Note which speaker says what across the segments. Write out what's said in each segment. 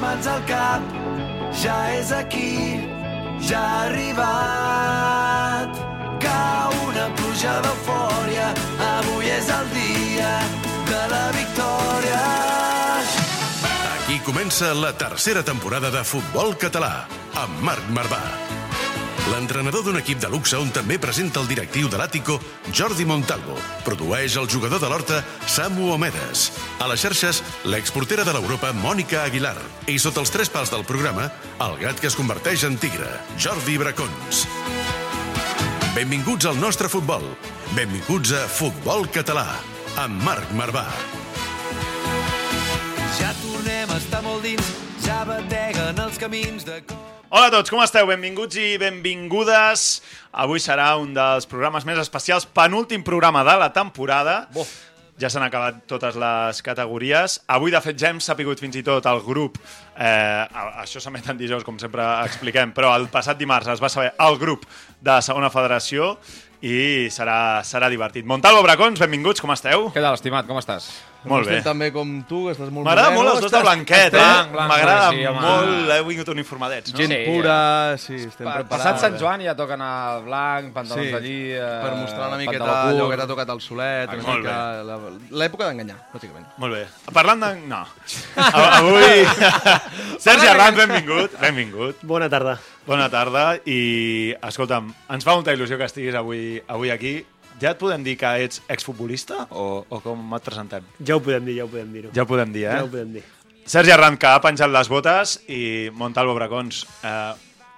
Speaker 1: mans al cap, ja és aquí, ja ha arribat. Cau una pluja d'eufòria, avui és el dia de la victòria.
Speaker 2: Aquí comença la tercera temporada de Futbol Català, amb Marc Marvà. L'entrenador d'un equip de luxe on també presenta el directiu de l'Àtico, Jordi Montalvo. Produeix el jugador de l'Horta, Samu Omedes. A les xarxes, l'exportera de l'Europa, Mònica Aguilar. I sota els tres pals del programa, el gat que es converteix en tigre, Jordi Bracons. Benvinguts al nostre futbol. Benvinguts a Futbol Català, amb Marc Marvà.
Speaker 1: Ja tornem a estar molt dins, ja bateguen els camins de cop.
Speaker 3: Hola a tots, com esteu? Benvinguts i benvingudes. Avui serà un dels programes més especials, penúltim programa de la temporada. Bo. Ja s'han acabat totes les categories. Avui, de fet, ja hem sapigut fins i tot el grup, eh, a- això s'emet en dijous, com sempre expliquem, però el passat dimarts es va saber el grup de segona federació i serà, serà divertit. Montalvo Bracons, benvinguts, com esteu?
Speaker 4: Què tal, estimat? Com estàs?
Speaker 3: Molt bé.
Speaker 5: Estem també com tu, que estàs molt
Speaker 3: M'agrada
Speaker 5: moreno,
Speaker 3: molt els dos de
Speaker 5: estàs
Speaker 3: blanquet, eh?
Speaker 4: Blanc, blanc,
Speaker 3: M'agrada
Speaker 4: sí, home.
Speaker 3: molt, heu vingut uniformadets, no?
Speaker 5: Gent
Speaker 4: Sí.
Speaker 5: pura, sí, estem
Speaker 4: Pa
Speaker 5: preparats.
Speaker 4: passat Sant Joan ja toquen el blanc, pantalons
Speaker 5: Sí,
Speaker 3: doncs,
Speaker 4: de lli... Eh,
Speaker 5: Per mostrar una miqueta
Speaker 4: pantaló curt.
Speaker 5: allò que t'ha tocat el solet, una
Speaker 3: Ah, Molt
Speaker 5: mica la- l'època d'enganyar, bàsicament.
Speaker 3: Molt bé. Parlant de... No. A- Avui... Sergi Arran, benvingut. Benvingut.
Speaker 6: Bona tarda.
Speaker 3: Bona tarda. I, escolta'm, ens fa molta il·lusió que estiguis avui, avui aquí. Ja et podem dir que ets exfutbolista o, o com et presentem?
Speaker 6: Ja ho podem dir, ja ho podem dir.
Speaker 3: Ja ho podem dir, eh?
Speaker 6: ja ho podem dir.
Speaker 3: Sergi Arran, que ha penjat les botes, i Montalvo Bracons. Eh,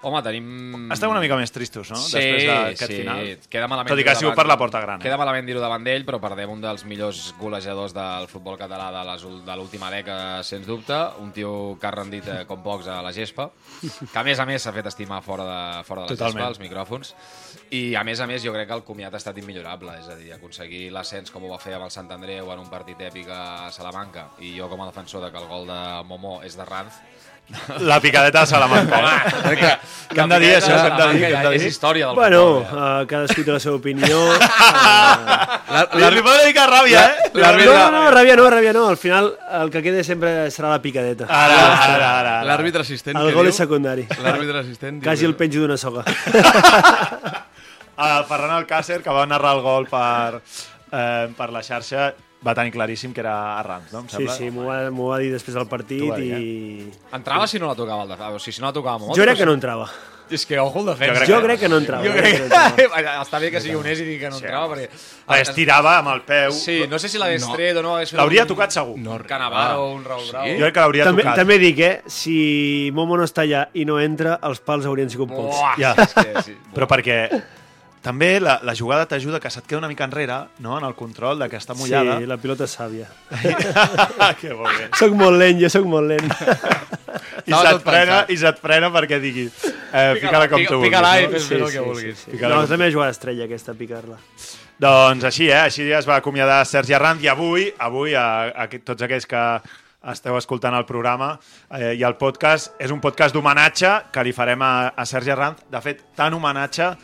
Speaker 4: Home, tenim...
Speaker 3: esteu una mica més tristos, no?
Speaker 4: Sí,
Speaker 3: Després d'aquest
Speaker 4: sí.
Speaker 3: final.
Speaker 4: Queda malament
Speaker 3: Tot i
Speaker 4: dir-ho
Speaker 3: que ha sigut
Speaker 4: davant-
Speaker 3: per la porta gran, eh?
Speaker 4: Queda malament dir-ho davant d'ell, però perdem un dels millors golejadors del futbol català de les ul- de l'última dècada, sens dubte. Un tio que ha rendit eh, com pocs a la gespa, que a més a més s'ha fet estimar fora de, fora de la
Speaker 3: Totalment.
Speaker 4: gespa, els micròfons. I a més a més jo crec que el comiat ha estat immillorable, és a dir, aconseguir l'ascens com ho va fer amb el Sant Andreu en un partit èpic a Salamanca. I jo com a defensor de que el gol de Momó és de Ranz,
Speaker 3: La picadeta de Salamanca. eh?
Speaker 5: Crec que
Speaker 3: Què hem de dir, això? Què hem de dir? Què
Speaker 4: Ja,
Speaker 3: hem de
Speaker 4: és
Speaker 3: dir?
Speaker 4: història del
Speaker 6: Bueno,
Speaker 4: futbol. ja.
Speaker 6: uh, cadascú té la seva opinió. Uh,
Speaker 5: la-
Speaker 3: Li, li
Speaker 5: la-
Speaker 3: pot dedicar ràbia, eh?
Speaker 5: la-
Speaker 6: no, no, no, ràbia no, ràbia no. Al final el que queda sempre serà la picadeta.
Speaker 3: Ara, ara, ara. ara.
Speaker 5: L'àrbitre assistent
Speaker 6: el
Speaker 5: què
Speaker 6: gol
Speaker 5: diu?
Speaker 6: és secundari.
Speaker 5: L'àrbitre assistent... diu-
Speaker 6: Quasi el penjo d'una soga.
Speaker 3: a Ferran Alcácer, que va narrar el gol per, eh, per la xarxa, va tenir claríssim que era Arrams, no? Em
Speaker 6: Sí,
Speaker 3: sembla.
Speaker 6: sí, m'ho va, m'ho va dir després del
Speaker 3: T'ho va
Speaker 6: partit
Speaker 3: dir,
Speaker 6: i...
Speaker 5: eh?
Speaker 4: Entrava si no la tocava el defensa. O sigui, si no la tocava molt. doncs
Speaker 6: Jo crec que no entrava.
Speaker 4: És que ojo el defensa.
Speaker 3: crec
Speaker 6: Jo crec que no entrava.
Speaker 3: eh,
Speaker 4: Jo crec que... Està bé que sigui honest i digui que no entrava, perquè... Ah,
Speaker 3: Perquè Ah, es tirava amb el peu.
Speaker 4: Sí, no sé si l'hagués
Speaker 5: No.
Speaker 4: tret o no. hagués fet
Speaker 3: L'hauria
Speaker 4: algun-
Speaker 3: tocat segur.
Speaker 5: No,
Speaker 4: Un Cannavaro o un Raúl Brau.
Speaker 3: Jo crec que l'hauria
Speaker 6: També,
Speaker 3: tocat.
Speaker 6: també dic, eh? Si Momo no està allà i no entra, els pals haurien sigut pocs.
Speaker 4: Buah,
Speaker 3: Ja.
Speaker 4: és que sí.
Speaker 3: Però perquè també la, la jugada t'ajuda que se't queda una mica enrere, no?, en el control de que està mullada.
Speaker 6: Sí, la pilota és sàvia.
Speaker 3: que bo, bé.
Speaker 6: Soc molt lent, jo soc molt lent.
Speaker 3: I
Speaker 5: Estava
Speaker 3: se't,
Speaker 5: tot
Speaker 3: frena,
Speaker 5: pensat.
Speaker 3: I se't frena perquè digui eh, fica-la com tu vulguis.
Speaker 4: Pica-la i
Speaker 3: no?
Speaker 4: fes fes el que vulguis.
Speaker 6: Sí, sí.
Speaker 3: Ficar-la
Speaker 6: No,
Speaker 3: com-
Speaker 6: és la meva jugada estrella, aquesta, picar-la.
Speaker 3: Doncs així, eh? Així es va acomiadar Sergi Arranz i avui, avui a, a qui- tots aquells que esteu escoltant el programa eh, i el podcast, és un podcast d'homenatge que li farem a, a Sergi Arranz. De fet, tant homenatge a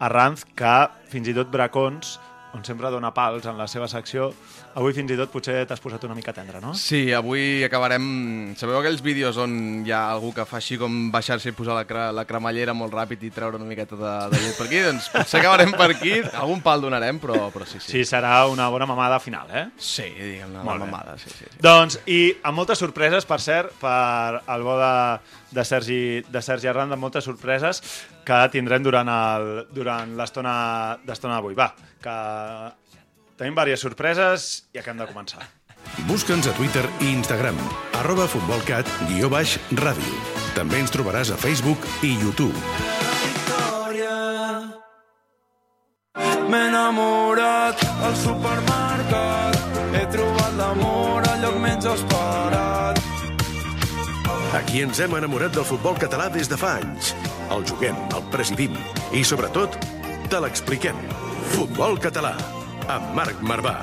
Speaker 3: Arranz que fins i tot Bracons, on sempre dona pals en la seva secció, avui fins i tot potser t'has posat una mica tendre, no?
Speaker 5: Sí, avui acabarem... Sabeu aquells vídeos on hi ha algú que fa així com baixar-se i posar la, cre la cremallera molt ràpid i treure una miqueta de, de llet per aquí? Doncs potser acabarem per aquí. Algun pal donarem, però, però sí, sí.
Speaker 3: Sí, serà una bona mamada final, eh?
Speaker 5: Sí, diguem-ne, la
Speaker 3: Molt bé.
Speaker 5: mamada. Sí, sí, sí.
Speaker 3: Doncs, i amb moltes sorpreses, per cert, per el bo de, de, Sergi, de Sergi Arran, de moltes sorpreses que tindrem durant el- durant l'estona d'estona d'avui. Va, que tenim diverses sorpreses i acabem de començar.
Speaker 2: Busca'ns a Twitter i Instagram, arroba futbolcat, guió baix, ràdio. També ens trobaràs a Facebook i YouTube.
Speaker 1: victòria. M'he enamorat al supermercat, he trobat l'amor al lloc menys esperat.
Speaker 2: Aquí ens hem enamorat del futbol català des de fa anys. El juguem, el presidim i, sobretot, te l'expliquem. Futbol català, amb Marc Marvà.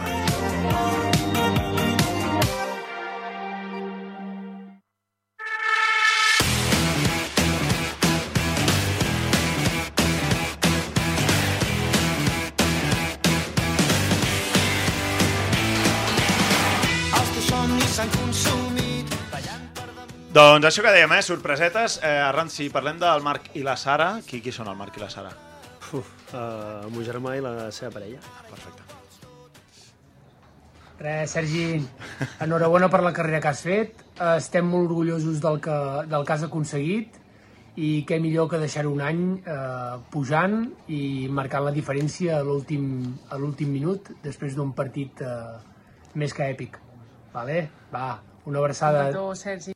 Speaker 3: Doncs això que dèiem, eh? Sorpresetes. Eh, Arran, si parlem del Marc i la Sara, qui, qui són el Marc i la Sara?
Speaker 6: Uf, eh, el meu germà i la seva parella.
Speaker 3: Perfecte.
Speaker 7: Res, Sergi, enhorabona per la carrera que has fet. Eh, Estem molt orgullosos del que, del que has aconseguit i què millor que deixar-ho un any eh, pujant i marcant la diferència a l'últim a l'últim minut després d'un partit eh, més que èpic. Vale? Va, una abraçada.
Speaker 8: Sergi.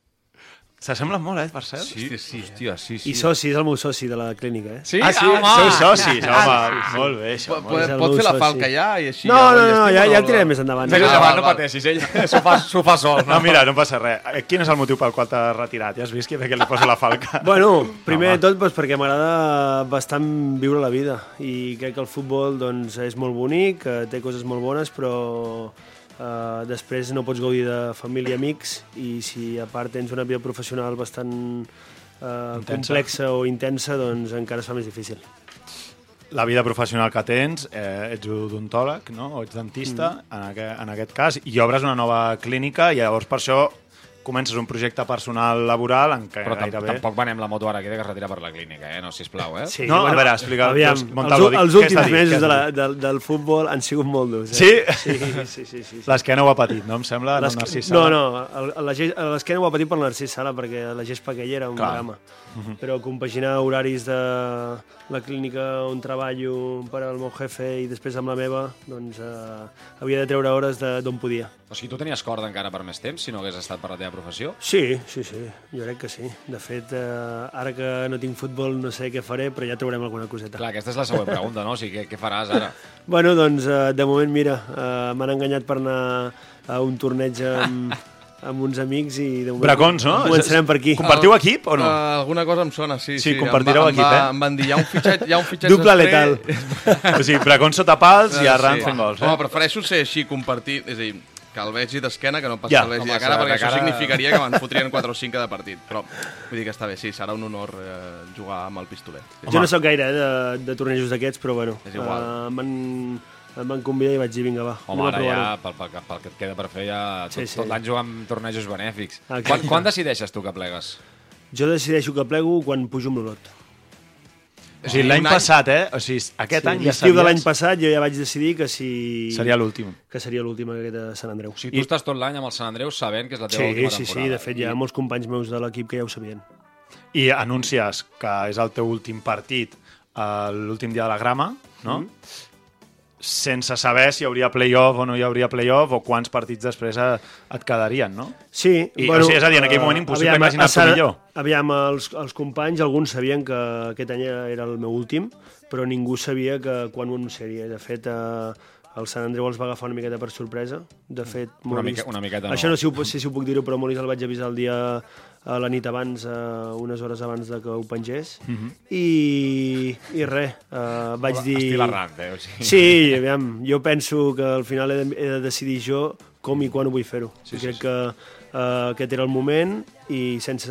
Speaker 3: S'assemblen molt, eh, per cert?
Speaker 5: Sí, sí.
Speaker 4: Hòstia,
Speaker 3: eh.
Speaker 4: sí, sí.
Speaker 6: I soci, és el meu soci de la clínica, eh?
Speaker 5: Sí?
Speaker 3: Ah, sí?
Speaker 4: Home!
Speaker 3: Sou socis, home. Molt bé, això.
Speaker 5: Pot,
Speaker 3: Molt bé.
Speaker 5: pot,
Speaker 6: És el
Speaker 5: pot fer
Speaker 6: meu
Speaker 5: la
Speaker 6: soci.
Speaker 5: falca ja i així...
Speaker 6: No, no, no, ja, ja el tirarem més endavant.
Speaker 4: Més
Speaker 5: Ah,
Speaker 4: endavant,
Speaker 5: val,
Speaker 4: no
Speaker 5: val.
Speaker 4: pateixis, ell s'ho fa, s'ho fa sol.
Speaker 3: No, mira, no passa res. Eh, Quin és el motiu pel qual t'has retirat? Ja has vist que bé que li poso la falca.
Speaker 6: Bueno, primer de tot doncs, perquè m'agrada bastant viure la vida i crec que el futbol doncs, és molt bonic, eh, té coses molt bones, però eh, després no pots gaudir de família i amics i si a part tens una vida professional bastant eh, complexa o intensa, doncs encara es fa més difícil.
Speaker 3: la vida professional que tens, eh, ets odontòleg, no? o ets dentista, mm. en, aquest, en aquest cas, i obres una nova clínica, i llavors per això comences un projecte personal laboral en què
Speaker 4: Però tam
Speaker 3: gairebé...
Speaker 4: tampoc venem la moto ara, que té que es retira per la clínica, eh? No, sisplau, eh?
Speaker 3: No, a veure, explica,
Speaker 6: aviam,
Speaker 3: doncs, Montalvo,
Speaker 6: els,
Speaker 3: dic,
Speaker 6: els
Speaker 3: què
Speaker 6: últims
Speaker 3: s'ha dit, què
Speaker 6: mesos de la,
Speaker 3: s'ha
Speaker 6: del, del futbol han sigut molt durs.
Speaker 3: Sí?
Speaker 6: Eh? Sí, sí, sí. sí, sí.
Speaker 3: L'esquena ho ha patit, no? Em sembla, no,
Speaker 6: L'esque-
Speaker 3: Narcís
Speaker 6: No,
Speaker 3: Sala.
Speaker 6: no, el- el- la ge- l'esquena ho va patir per la Narcís Sala, perquè la gespa aquella era un
Speaker 3: Clar.
Speaker 6: Clar. Mhm. drama. Però compaginar horaris de la clínica on treballo per al meu jefe i després amb la meva, doncs eh, havia de treure hores de- d'on podia.
Speaker 4: O sigui, tu tenies corda encara per més temps, si no hagués estat per la teva professió?
Speaker 6: Sí, sí, sí, jo crec que sí. De fet, eh, ara que no tinc futbol no sé què faré, però ja trobarem alguna coseta.
Speaker 4: Clar, aquesta és la següent pregunta, no? O sigui, què, què faràs ara?
Speaker 6: Bueno, doncs eh, de moment, mira, eh, m'han enganyat per anar a un torneig amb, amb uns amics i de moment...
Speaker 3: Bracons, no?
Speaker 6: Començarem per aquí. Ah.
Speaker 3: Compartiu equip o no?
Speaker 5: Uh, alguna cosa em sona, sí.
Speaker 3: Sí,
Speaker 5: sí.
Speaker 3: compartireu
Speaker 5: em va, em
Speaker 3: equip,
Speaker 5: va,
Speaker 3: eh?
Speaker 5: Em van dir, hi ha un fitxat, hi ha un fitxat
Speaker 6: Dupla
Speaker 5: després. Eh,
Speaker 3: O sigui, Bracón sota pals i Arran
Speaker 5: Sí.
Speaker 3: fent gols, eh?
Speaker 5: Home, prefereixo ser així, compartir... És a dir, que el vegi d'esquena, que no passi
Speaker 3: Ja.
Speaker 5: ja, el vegi
Speaker 4: Home,
Speaker 5: de cara,
Speaker 4: de
Speaker 5: perquè això
Speaker 4: cara-
Speaker 5: significaria que me'n fotrien 4 o 5 cada partit. Però vull dir que està bé, sí, serà un honor eh, jugar amb el pistoler. Sí.
Speaker 6: Jo no sóc gaire eh, de, de tornejos d'aquests, però bueno.
Speaker 5: És igual.
Speaker 6: eh, em van, em van convidar i vaig dir, vinga, va.
Speaker 4: Home, ara
Speaker 6: anem a
Speaker 4: ja,
Speaker 6: provar-ho."
Speaker 4: pel, pel, que- pel que et queda per fer, ja tot,
Speaker 6: Sí,
Speaker 4: sí,
Speaker 6: sí. Ah,
Speaker 4: sí. tot l'any jugant amb tornejos benèfics.
Speaker 6: Exacte.
Speaker 4: Quan, quan decideixes tu que plegues?
Speaker 6: Jo decideixo que plego quan pujo amb l'olot.
Speaker 3: O sigui, l'any
Speaker 5: Un any-
Speaker 3: passat, eh? O sigui, aquest any ja
Speaker 6: L'estiu
Speaker 3: sabies...
Speaker 6: de l'any passat jo ja vaig decidir que si...
Speaker 3: Seria l'últim.
Speaker 6: que seria l'última que de Sant Andreu.
Speaker 4: O sigui, tu I... estàs tot l'any amb el Sant Andreu sabent que és la teva
Speaker 6: sí,
Speaker 4: última
Speaker 6: sí,
Speaker 4: temporada.
Speaker 6: sí, de fet hi ha molts companys meus de l'equip que ja ho sabien.
Speaker 3: i anuncies que és el teu últim partit eh, l'últim dia de la grama, no? Mm -hmm. Sense saber si hi hauria playoff o no hi hauria playoff o quants partits després eh, et quedarien, no?
Speaker 6: Sí, eh,
Speaker 3: I, o sigui, és a dir, en aquell moment impossible imaginar-t'ho
Speaker 6: a Sant-
Speaker 3: millor.
Speaker 6: Aviam, els, els companys, alguns sabien que aquest any era el meu últim, però ningú sabia que quan ho anunciaria. De fet, eh, el Sant Andreu els va agafar una miqueta per sorpresa. De fet,
Speaker 4: Una
Speaker 6: Molist-
Speaker 4: mica- una miqueta no.
Speaker 6: Això no sé si ho, si, si ho puc dir, però Molist el vaig avisar el dia a la nit abans, eh, unes hores abans de que ho pengés.
Speaker 3: Mhm.
Speaker 6: I, I res, eh, vaig dir...
Speaker 4: Estil Arran, eh? O sigui...
Speaker 6: Sí, aviam, jo penso que al final he de, he de decidir jo com i quan ho vull fer-ho. Sí, crec sí, que eh, aquest era el moment i sense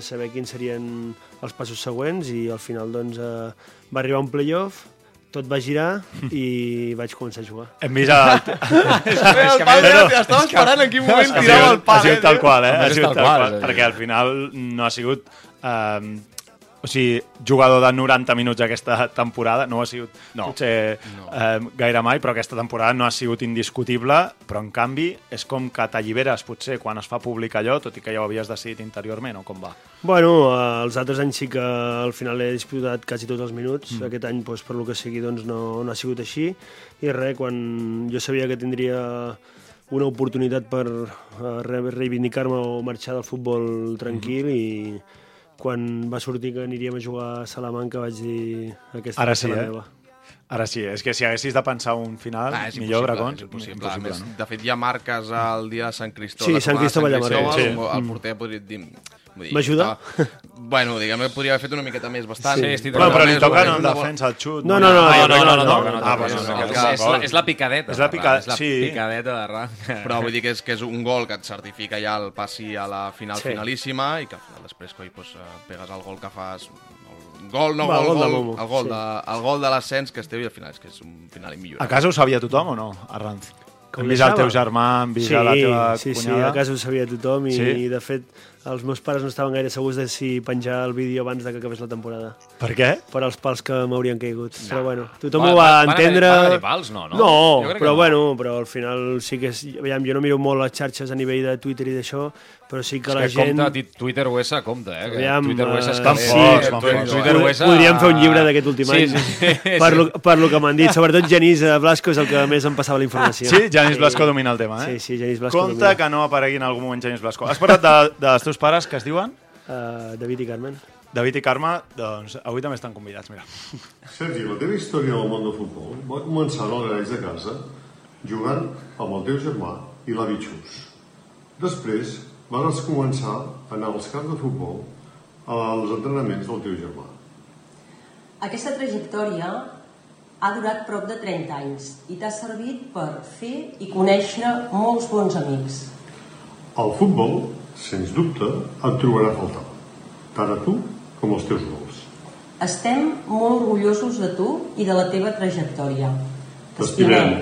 Speaker 6: saber quins serien els passos següents i al final doncs, eh, va arribar un playoff, tot va girar i vaig començar a jugar.
Speaker 3: Hem vist el...
Speaker 4: és que
Speaker 5: Pal,
Speaker 4: més-
Speaker 5: ja estava esperant en quin moment
Speaker 3: ha
Speaker 5: tirava el
Speaker 3: sigut,
Speaker 5: pal.
Speaker 3: ha sigut tal qual, eh?
Speaker 4: A més,
Speaker 3: Ha
Speaker 4: és
Speaker 3: sigut
Speaker 4: tal
Speaker 3: tal
Speaker 4: qual,
Speaker 3: qual,
Speaker 4: és a dir.
Speaker 3: perquè al final no ha sigut... Eh, o sigui, jugador de 90 minuts aquesta temporada, no ho ha sigut no. potser no. Eh, gaire mai, però aquesta temporada no ha sigut indiscutible, però en canvi és com que t'alliberes potser quan es fa públic allò, tot i que ja ho havies decidit interiorment, o com va?
Speaker 6: Bueno, eh, els altres anys sí que al final he disputat quasi tots els minuts. Mm. Aquest any, doncs, per lo que sigui, doncs, no, no ha sigut així. I res, quan jo sabia que tindria una oportunitat per eh, re- reivindicar-me o marxar del futbol tranquil mm. i quan va sortir que aniríem a jugar a Salamanca vaig dir aquesta
Speaker 3: Ara
Speaker 6: va ser
Speaker 3: sí,
Speaker 6: la
Speaker 3: eh?
Speaker 6: meva.
Speaker 3: Ara sí, és que si haguessis de pensar un final,
Speaker 5: Ah, és
Speaker 3: millor
Speaker 5: impossible,
Speaker 3: Bracons.
Speaker 5: és impossible. A més, de fet, hi ha marques al dia de Sant Cristó.
Speaker 6: Sí,
Speaker 5: la
Speaker 6: Sant
Speaker 5: jornada de
Speaker 6: Cristòbal hi ha
Speaker 3: marques.
Speaker 5: el-
Speaker 6: Sí.
Speaker 5: El porter podria dir... vull dir,
Speaker 6: M'ajuda?
Speaker 5: estava- Bueno, diguem-ne, podria haver fet una miqueta més, bastant.
Speaker 4: Sí, estic
Speaker 3: Bueno,
Speaker 4: d'acord.
Speaker 3: però li toca no,
Speaker 5: Una
Speaker 3: en
Speaker 5: bona-
Speaker 3: defensa el xut.
Speaker 6: No, no, no,
Speaker 3: Ah,
Speaker 6: no,
Speaker 4: No, no,
Speaker 6: no, no,
Speaker 4: no,
Speaker 3: Ah,
Speaker 4: no,
Speaker 3: bueno,
Speaker 4: no,
Speaker 3: no,
Speaker 4: no,
Speaker 3: que
Speaker 4: és,
Speaker 3: queda
Speaker 4: és, la,
Speaker 3: gol.
Speaker 4: és la picadeta.
Speaker 3: És la pica-
Speaker 4: És la
Speaker 3: sí.
Speaker 4: picadeta de Ran.
Speaker 5: Però vull dir que és, que és un gol que et certifica ja el passi a la final
Speaker 6: Sí.
Speaker 5: sí. finalíssima i que al final després, coi, doncs, eh, pegues el gol que fas... El gol, no,
Speaker 6: Va,
Speaker 5: gol,
Speaker 6: el gol de
Speaker 5: gol,
Speaker 6: Momo,
Speaker 5: el gol,
Speaker 6: sí.
Speaker 5: de, el gol de l'ascens que esteu i al final és que és un final
Speaker 3: A
Speaker 5: immillorable.
Speaker 3: casa ho sabia tothom o no, Arranz?
Speaker 6: que ho
Speaker 3: Hem vist el
Speaker 6: deixava.
Speaker 3: teu germà, hem vist sí, la teva
Speaker 6: sí, sí,
Speaker 3: cunyada.
Speaker 6: a casa ho sabia tothom i,
Speaker 3: Sí?
Speaker 6: sí? i de fet els meus pares no estaven gaire segurs de si penjar el vídeo abans de que acabés la temporada
Speaker 3: Per què?
Speaker 6: per als pals que m'haurien caigut. No. Però bueno, tothom
Speaker 4: Va-
Speaker 6: ho va,
Speaker 4: va- van haver-
Speaker 6: entendre...
Speaker 4: van haver-hi pals? No, no? Jo
Speaker 6: No,
Speaker 4: crec que
Speaker 6: però
Speaker 4: no.
Speaker 6: bueno, però al final sí que... És, aviam, jo no miro molt les xarxes a nivell de Twitter i d'això, però sí que
Speaker 4: Que
Speaker 6: la gent...
Speaker 4: compta, ti- Twitter US compta, eh? que
Speaker 6: Aviam,
Speaker 4: Twitter US és
Speaker 6: eh,
Speaker 4: calent, eh?
Speaker 3: sí, tampoc,
Speaker 4: Twitter-
Speaker 3: tampoc.
Speaker 4: Twitter
Speaker 6: Pod-
Speaker 4: US...
Speaker 6: Podríem fer un llibre d'aquest últim
Speaker 4: sí,
Speaker 6: any.
Speaker 4: Sí, sí,
Speaker 6: per, lo, per lo que m'han dit, sobretot Genís eh, Blasco és el que més em passava la informació.
Speaker 3: Sí, Janis Blasco domina el tema, eh?
Speaker 6: Sí, sí, Genís Blasco.
Speaker 3: Compte que no aparegui en algun moment Janis Blasco. Has parlat de, dels teus pares, que es diuen?
Speaker 6: Uh, David i Carmen.
Speaker 3: David i Carme, doncs avui també estan convidats, mira.
Speaker 8: Sergi, la teva història en el món del futbol va començar en el garatge de casa jugant amb el teu germà i l'avi Xus. Després vas començar a anar als camps de futbol als entrenaments del teu germà.
Speaker 9: Aquesta trajectòria ha durat prop de 30 anys i t'ha servit per fer i conèixer molts bons amics.
Speaker 8: Al futbol, sens dubte, et trobarà a faltar, tant a tu com als teus gols.
Speaker 9: Estem molt orgullosos de tu i de la teva trajectòria.
Speaker 8: T'estimem.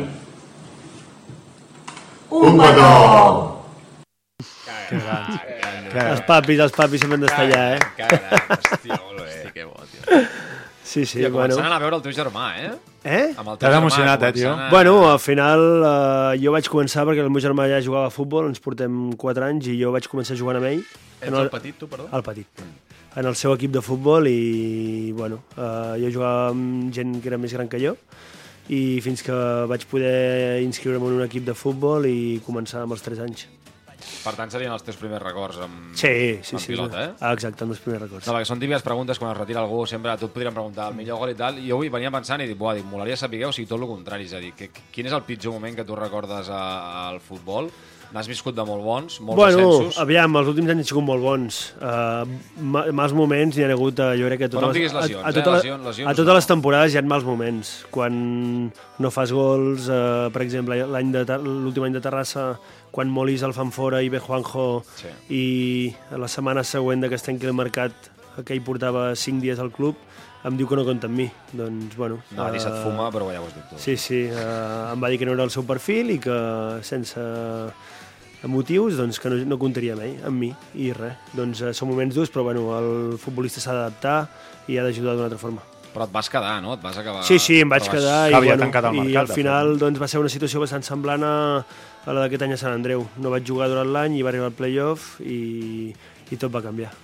Speaker 9: Un petó!
Speaker 6: Els papis, els papis sempre han d'estar allà, eh?
Speaker 4: Caram, hòstia, molt bé. Hosti, que bo, tio.
Speaker 6: Sí, sí,
Speaker 4: Tio,
Speaker 6: bueno.
Speaker 4: començant a anar a veure el teu germà, eh?
Speaker 6: Eh?
Speaker 4: Amb el
Speaker 3: T'has
Speaker 4: germà,
Speaker 3: emocionat, eh,
Speaker 4: començant
Speaker 3: tio?
Speaker 4: a-
Speaker 6: Bueno, al final eh, jo vaig començar perquè el meu germà ja jugava a futbol, ens portem 4 anys i jo vaig començar jugant amb ell.
Speaker 5: Ets el petit, tu, perdó?
Speaker 6: El petit. En el seu equip de futbol i, bueno, eh, jo jugava amb gent que era més gran que jo i fins que vaig poder inscriure'm en un equip de futbol i començar amb els 3 anys.
Speaker 4: Per tant, serien els teus primers records amb,
Speaker 6: Sí, sí,
Speaker 4: amb
Speaker 6: sí.
Speaker 4: pilota, eh?
Speaker 6: Ah, exacte, amb els primers records.
Speaker 4: No, perquè són típiques preguntes quan es retira algú, sempre a tu et podrien preguntar el millor gol i tal, i jo avui venia pensant i dic, buah, dic, molaria saber, o sigui, tot el contrari, és a dir, que, quin és el pitjor moment que tu recordes a, al futbol? N'has viscut de molt bons, molts
Speaker 6: bueno,
Speaker 4: ascensos...
Speaker 6: aviam, els últims anys han sigut molt bons. Uh, ma- mals moments n'hi ha hagut, eh, jo crec que... a
Speaker 4: Però no
Speaker 6: Totes
Speaker 4: diguis lesions,
Speaker 6: a, a,
Speaker 4: eh?
Speaker 6: tota la-
Speaker 4: Lesions- lesions
Speaker 6: a totes
Speaker 4: no.
Speaker 6: les temporades hi ha mals moments. Quan no fas gols, uh, per exemple, l'any de Ter- l'últim any de Terrassa, quan Molis el fan fora i ve Juanjo,
Speaker 4: Sí.
Speaker 6: i la setmana següent de que es tanqui el mercat, que hi portava 5 dies al club, em diu que no compta amb mi. Doncs, bueno...
Speaker 4: No, a
Speaker 6: eh,
Speaker 4: dir, se't fuma, però ja ho has dit tu.
Speaker 6: Sí, sí, eh, em va dir que no era el seu perfil i que sense motius doncs, que no, no comptaria amb, ell, amb mi i res. Doncs eh, són moments durs, però bueno, el futbolista s'ha d'adaptar i ha d'ajudar d'una altra forma.
Speaker 4: Però et vas quedar, no? Et vas
Speaker 3: Ah,
Speaker 4: acabar...
Speaker 6: Sí, sí, em vaig
Speaker 4: però vas-
Speaker 6: quedar i,
Speaker 3: Havia
Speaker 6: bueno,
Speaker 3: tancat el
Speaker 6: i
Speaker 3: mercat,
Speaker 6: al
Speaker 3: de
Speaker 6: final doncs, va ser una situació bastant semblant a, a la d'aquest any a Sant Andreu. No vaig jugar durant l'any i va arribar al playoff i, i tot va canviar.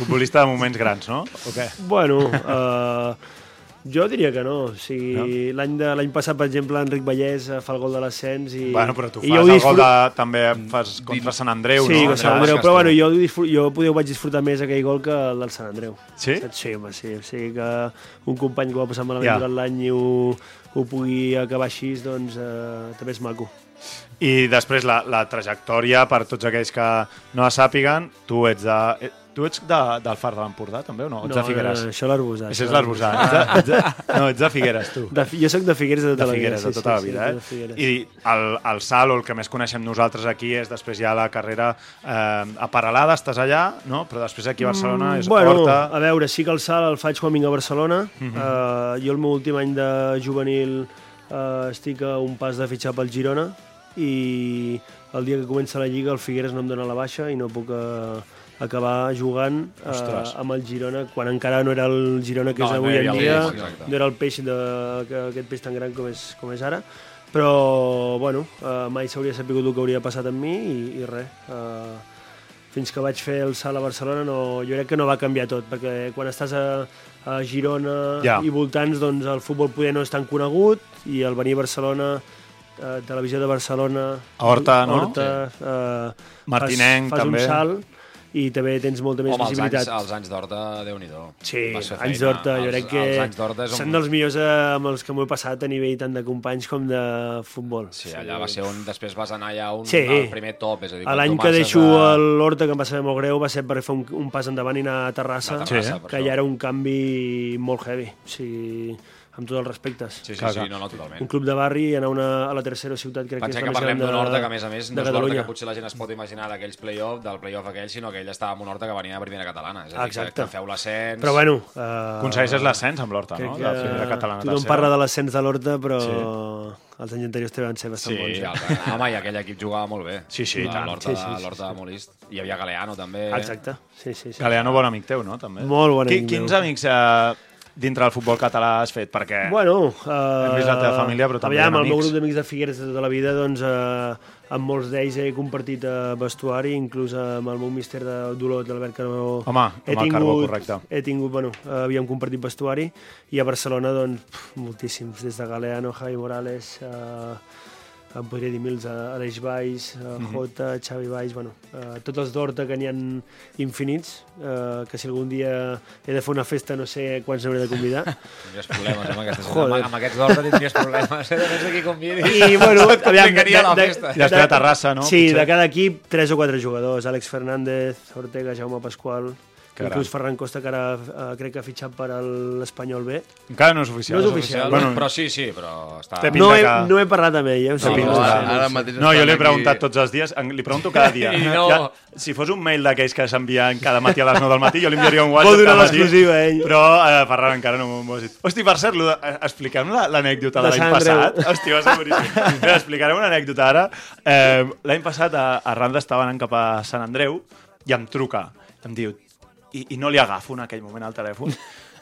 Speaker 3: Futbolista de moments grans, no? O què?
Speaker 6: Bueno, eh, jo diria que no. O sigui, no? l'any de- l'any passat, per exemple, Enric Vallès eh, fa el gol de l'ascens i...
Speaker 3: Bueno, però tu
Speaker 6: i
Speaker 3: fas
Speaker 6: jo ho
Speaker 3: el
Speaker 6: disfrut-
Speaker 3: gol de... També fas contra Sant Andreu,
Speaker 6: Sí,
Speaker 3: no?
Speaker 6: no, Sant Andreu, però bueno, jo, ho disfrut, jo poder ho vaig disfrutar més aquell gol que el del Sant Andreu.
Speaker 3: Sí?
Speaker 6: Saps? Sí, home, sí. O sigui que un company que ho va passar malament
Speaker 3: Ja.
Speaker 6: durant l'any i ho, ho pugui acabar així, doncs eh, també és maco.
Speaker 3: I després la, la trajectòria, per tots aquells que no la sàpiguen, tu ets de... eh, Tu ets de, del Far de l'Empordà, també, o no? Ets de Figueres.
Speaker 6: No, això l'arbusat.
Speaker 3: Això és l'Arbusà. Ets de- ets de- No, ets de Figueres, tu.
Speaker 6: De, Fi- jo sóc de Figueres de
Speaker 3: de
Speaker 6: tota
Speaker 3: Figueres,
Speaker 6: la vida.
Speaker 3: de tota la
Speaker 6: sí,
Speaker 3: vida.
Speaker 6: sí, sí,
Speaker 3: eh? I el, el salt, o el que més coneixem nosaltres aquí, és després ja la carrera eh, a Paralada, estàs allà, no? però després aquí a Barcelona és
Speaker 6: Mm, bueno,
Speaker 3: Horta...
Speaker 6: a veure, sí que el salt el faig quan vinc a Barcelona.
Speaker 4: Mhm.
Speaker 6: Mm -hmm. uh, jo el meu últim any de juvenil uh, estic a un pas de fitxar pel Girona i el dia que comença la Lliga el Figueres no em dona la baixa i no puc uh, acabar jugant
Speaker 3: Ostres.
Speaker 6: uh, amb el Girona quan encara no era el Girona que
Speaker 4: No,
Speaker 6: és
Speaker 4: no
Speaker 6: avui
Speaker 4: era
Speaker 6: en
Speaker 4: el
Speaker 6: dia,
Speaker 4: peix, exacte.
Speaker 6: no era el peix de, que, aquest peix tan gran com és, com és ara però bueno, uh, mai s'hauria sabut el que hauria passat amb mi i, i res uh, fins que vaig fer el salt a Barcelona no, jo crec que no va canviar tot, perquè quan estàs a, a Girona
Speaker 3: Ja.
Speaker 6: i voltants doncs el futbol poder no és tan conegut i el venir a Barcelona eh, Televisió de Barcelona
Speaker 3: A Horta, no?
Speaker 6: Horta eh,
Speaker 3: Martinenc,
Speaker 6: fas, fas
Speaker 3: també.
Speaker 6: un salt i també tens molta més
Speaker 4: Home, els
Speaker 6: visibilitat.
Speaker 4: anys, els anys d'Horta, déu-n'hi-do.
Speaker 6: Sí,
Speaker 4: Vas fer
Speaker 6: anys
Speaker 4: feina.
Speaker 6: d'Horta, jo
Speaker 4: Els-
Speaker 6: crec que
Speaker 4: Els anys d'Horta és
Speaker 6: són
Speaker 4: un...
Speaker 6: dels millors eh, amb els que m'ho he passat a nivell tant de companys com de futbol.
Speaker 4: Sí, allà va ser on després vas anar ja un,
Speaker 6: Sí.
Speaker 4: al primer top, és a dir...
Speaker 6: A L'any que deixo a... l'Horta, que em va saber molt greu, va ser per fer un, un pas endavant i anar a Terrassa,
Speaker 4: Anar a Terrassa, Sí. per
Speaker 6: que
Speaker 4: això.
Speaker 6: ja era un canvi molt heavy. O sigui, amb tots els respectes.
Speaker 4: Sí, sí,
Speaker 3: Clar,
Speaker 4: sí,
Speaker 3: clar.
Speaker 4: no, no, totalment.
Speaker 6: Un club de barri i anar a, una, a la tercera ciutat crec
Speaker 4: Pensem que
Speaker 6: que és la més
Speaker 4: parlem
Speaker 6: gran de,
Speaker 4: d'un Horta que, a més a més, no
Speaker 6: de
Speaker 4: és l'Horta
Speaker 6: Catalunya.
Speaker 4: que potser la gent es pot imaginar d'aquells play-off, del play-off aquell, sinó que ell estava en un Horta que venia de primera catalana. És a dir, que,
Speaker 6: Exacte.
Speaker 4: que feu l'ascens...
Speaker 6: Però bueno... Uh,
Speaker 3: Aconsegueixes l'ascens amb l'Horta, no? De la primera catalana.
Speaker 6: tothom parla de l'ascens de l'Horta, però els anys anteriors també van ser
Speaker 3: Sí.
Speaker 6: bastant bons. eh?
Speaker 4: Sí, el, home, i aquell equip jugava molt bé.
Speaker 3: Sí, sí, i tant.
Speaker 4: L'Horta
Speaker 6: doncs Sí,
Speaker 4: sí, sí,
Speaker 6: sí,
Speaker 4: sí, de
Speaker 6: sí,
Speaker 4: Molist. Hi havia Galeano, també.
Speaker 6: Exacte, sí, sí. sí.
Speaker 3: Galeano, bon amic teu, no? També.
Speaker 6: Molt bon
Speaker 3: Qui-
Speaker 6: amic
Speaker 3: Quins
Speaker 6: meu.
Speaker 3: amics eh, dintre del futbol català has fet? Perquè...
Speaker 6: Bueno, eh,
Speaker 3: Hem vist la teva família, però també
Speaker 6: aviam,
Speaker 3: eren
Speaker 6: el meu
Speaker 3: amics.
Speaker 6: grup d'amics de Figueres de tota la vida, doncs, eh, amb molts d'ells he compartit eh, vestuari, inclús eh, amb el meu míster de d'Olot, l'Albert Carbó.
Speaker 3: Home, amb el Carbó, correcte.
Speaker 6: He tingut, bueno, eh, havíem compartit vestuari, i a Barcelona, doncs, pf, moltíssims, des de Galeano, Javi Morales, eh, em podria dir mils, eh, Aleix Valls, eh,
Speaker 3: Mhm.
Speaker 6: Jota, Xavi Valls, bueno, eh, tots els d'Horta que n'hi ha infinits, eh, que si algun dia he de fer una festa no sé quants n'hauré de convidar,
Speaker 4: Tindries problemes amb, aquestes,
Speaker 6: Joder.
Speaker 4: amb, amb aquests d'Horta tindries problemes. Eh? Només aquí convidis.
Speaker 6: I, bueno, aviam,
Speaker 4: complicaria la festa.
Speaker 3: I després a Terrassa, no?
Speaker 6: Sí,
Speaker 3: Potser.
Speaker 6: de cada equip, tres o quatre jugadors. Àlex Fernández, Ortega, Jaume Pasqual...
Speaker 3: Caram.
Speaker 6: Inclús Ferran Costa, que ara eh, crec que ha fitxat per a l'Espanyol B.
Speaker 3: Encara no és oficial.
Speaker 6: No és oficial.
Speaker 3: Bueno,
Speaker 4: però sí, sí, però està...
Speaker 3: Té pinta
Speaker 6: No he,
Speaker 3: que-
Speaker 6: no he parlat amb ell, eh? Ho sabia.
Speaker 3: pinta
Speaker 5: No,
Speaker 3: que-
Speaker 5: ara, ara mateix
Speaker 3: No, jo
Speaker 5: estan
Speaker 3: l'he
Speaker 5: aquí-
Speaker 3: preguntat tots els dies, en- li pregunto cada dia.
Speaker 4: I no.
Speaker 3: ja, si fos un mail d'aquells que s'envien cada matí a les 9 del matí, jo li enviaria un
Speaker 6: Vol
Speaker 3: WhatsApp
Speaker 6: donar
Speaker 3: cada matí.
Speaker 6: l'exclusiva, ell.
Speaker 3: Però eh, Ferran encara no m'ho ha dit. Hosti, per cert, lo de- eh, expliquem la- l'anècdota de
Speaker 6: De
Speaker 3: l'any
Speaker 6: Sant Andreu.
Speaker 3: passat. Hosti, va ser boníssim. Mira, explicarem una anècdota ara. Eh, l'any passat a, a Randa estava anant cap a Sant Andreu i em truca, em diu, i, i no li agafo en aquell moment al telèfon.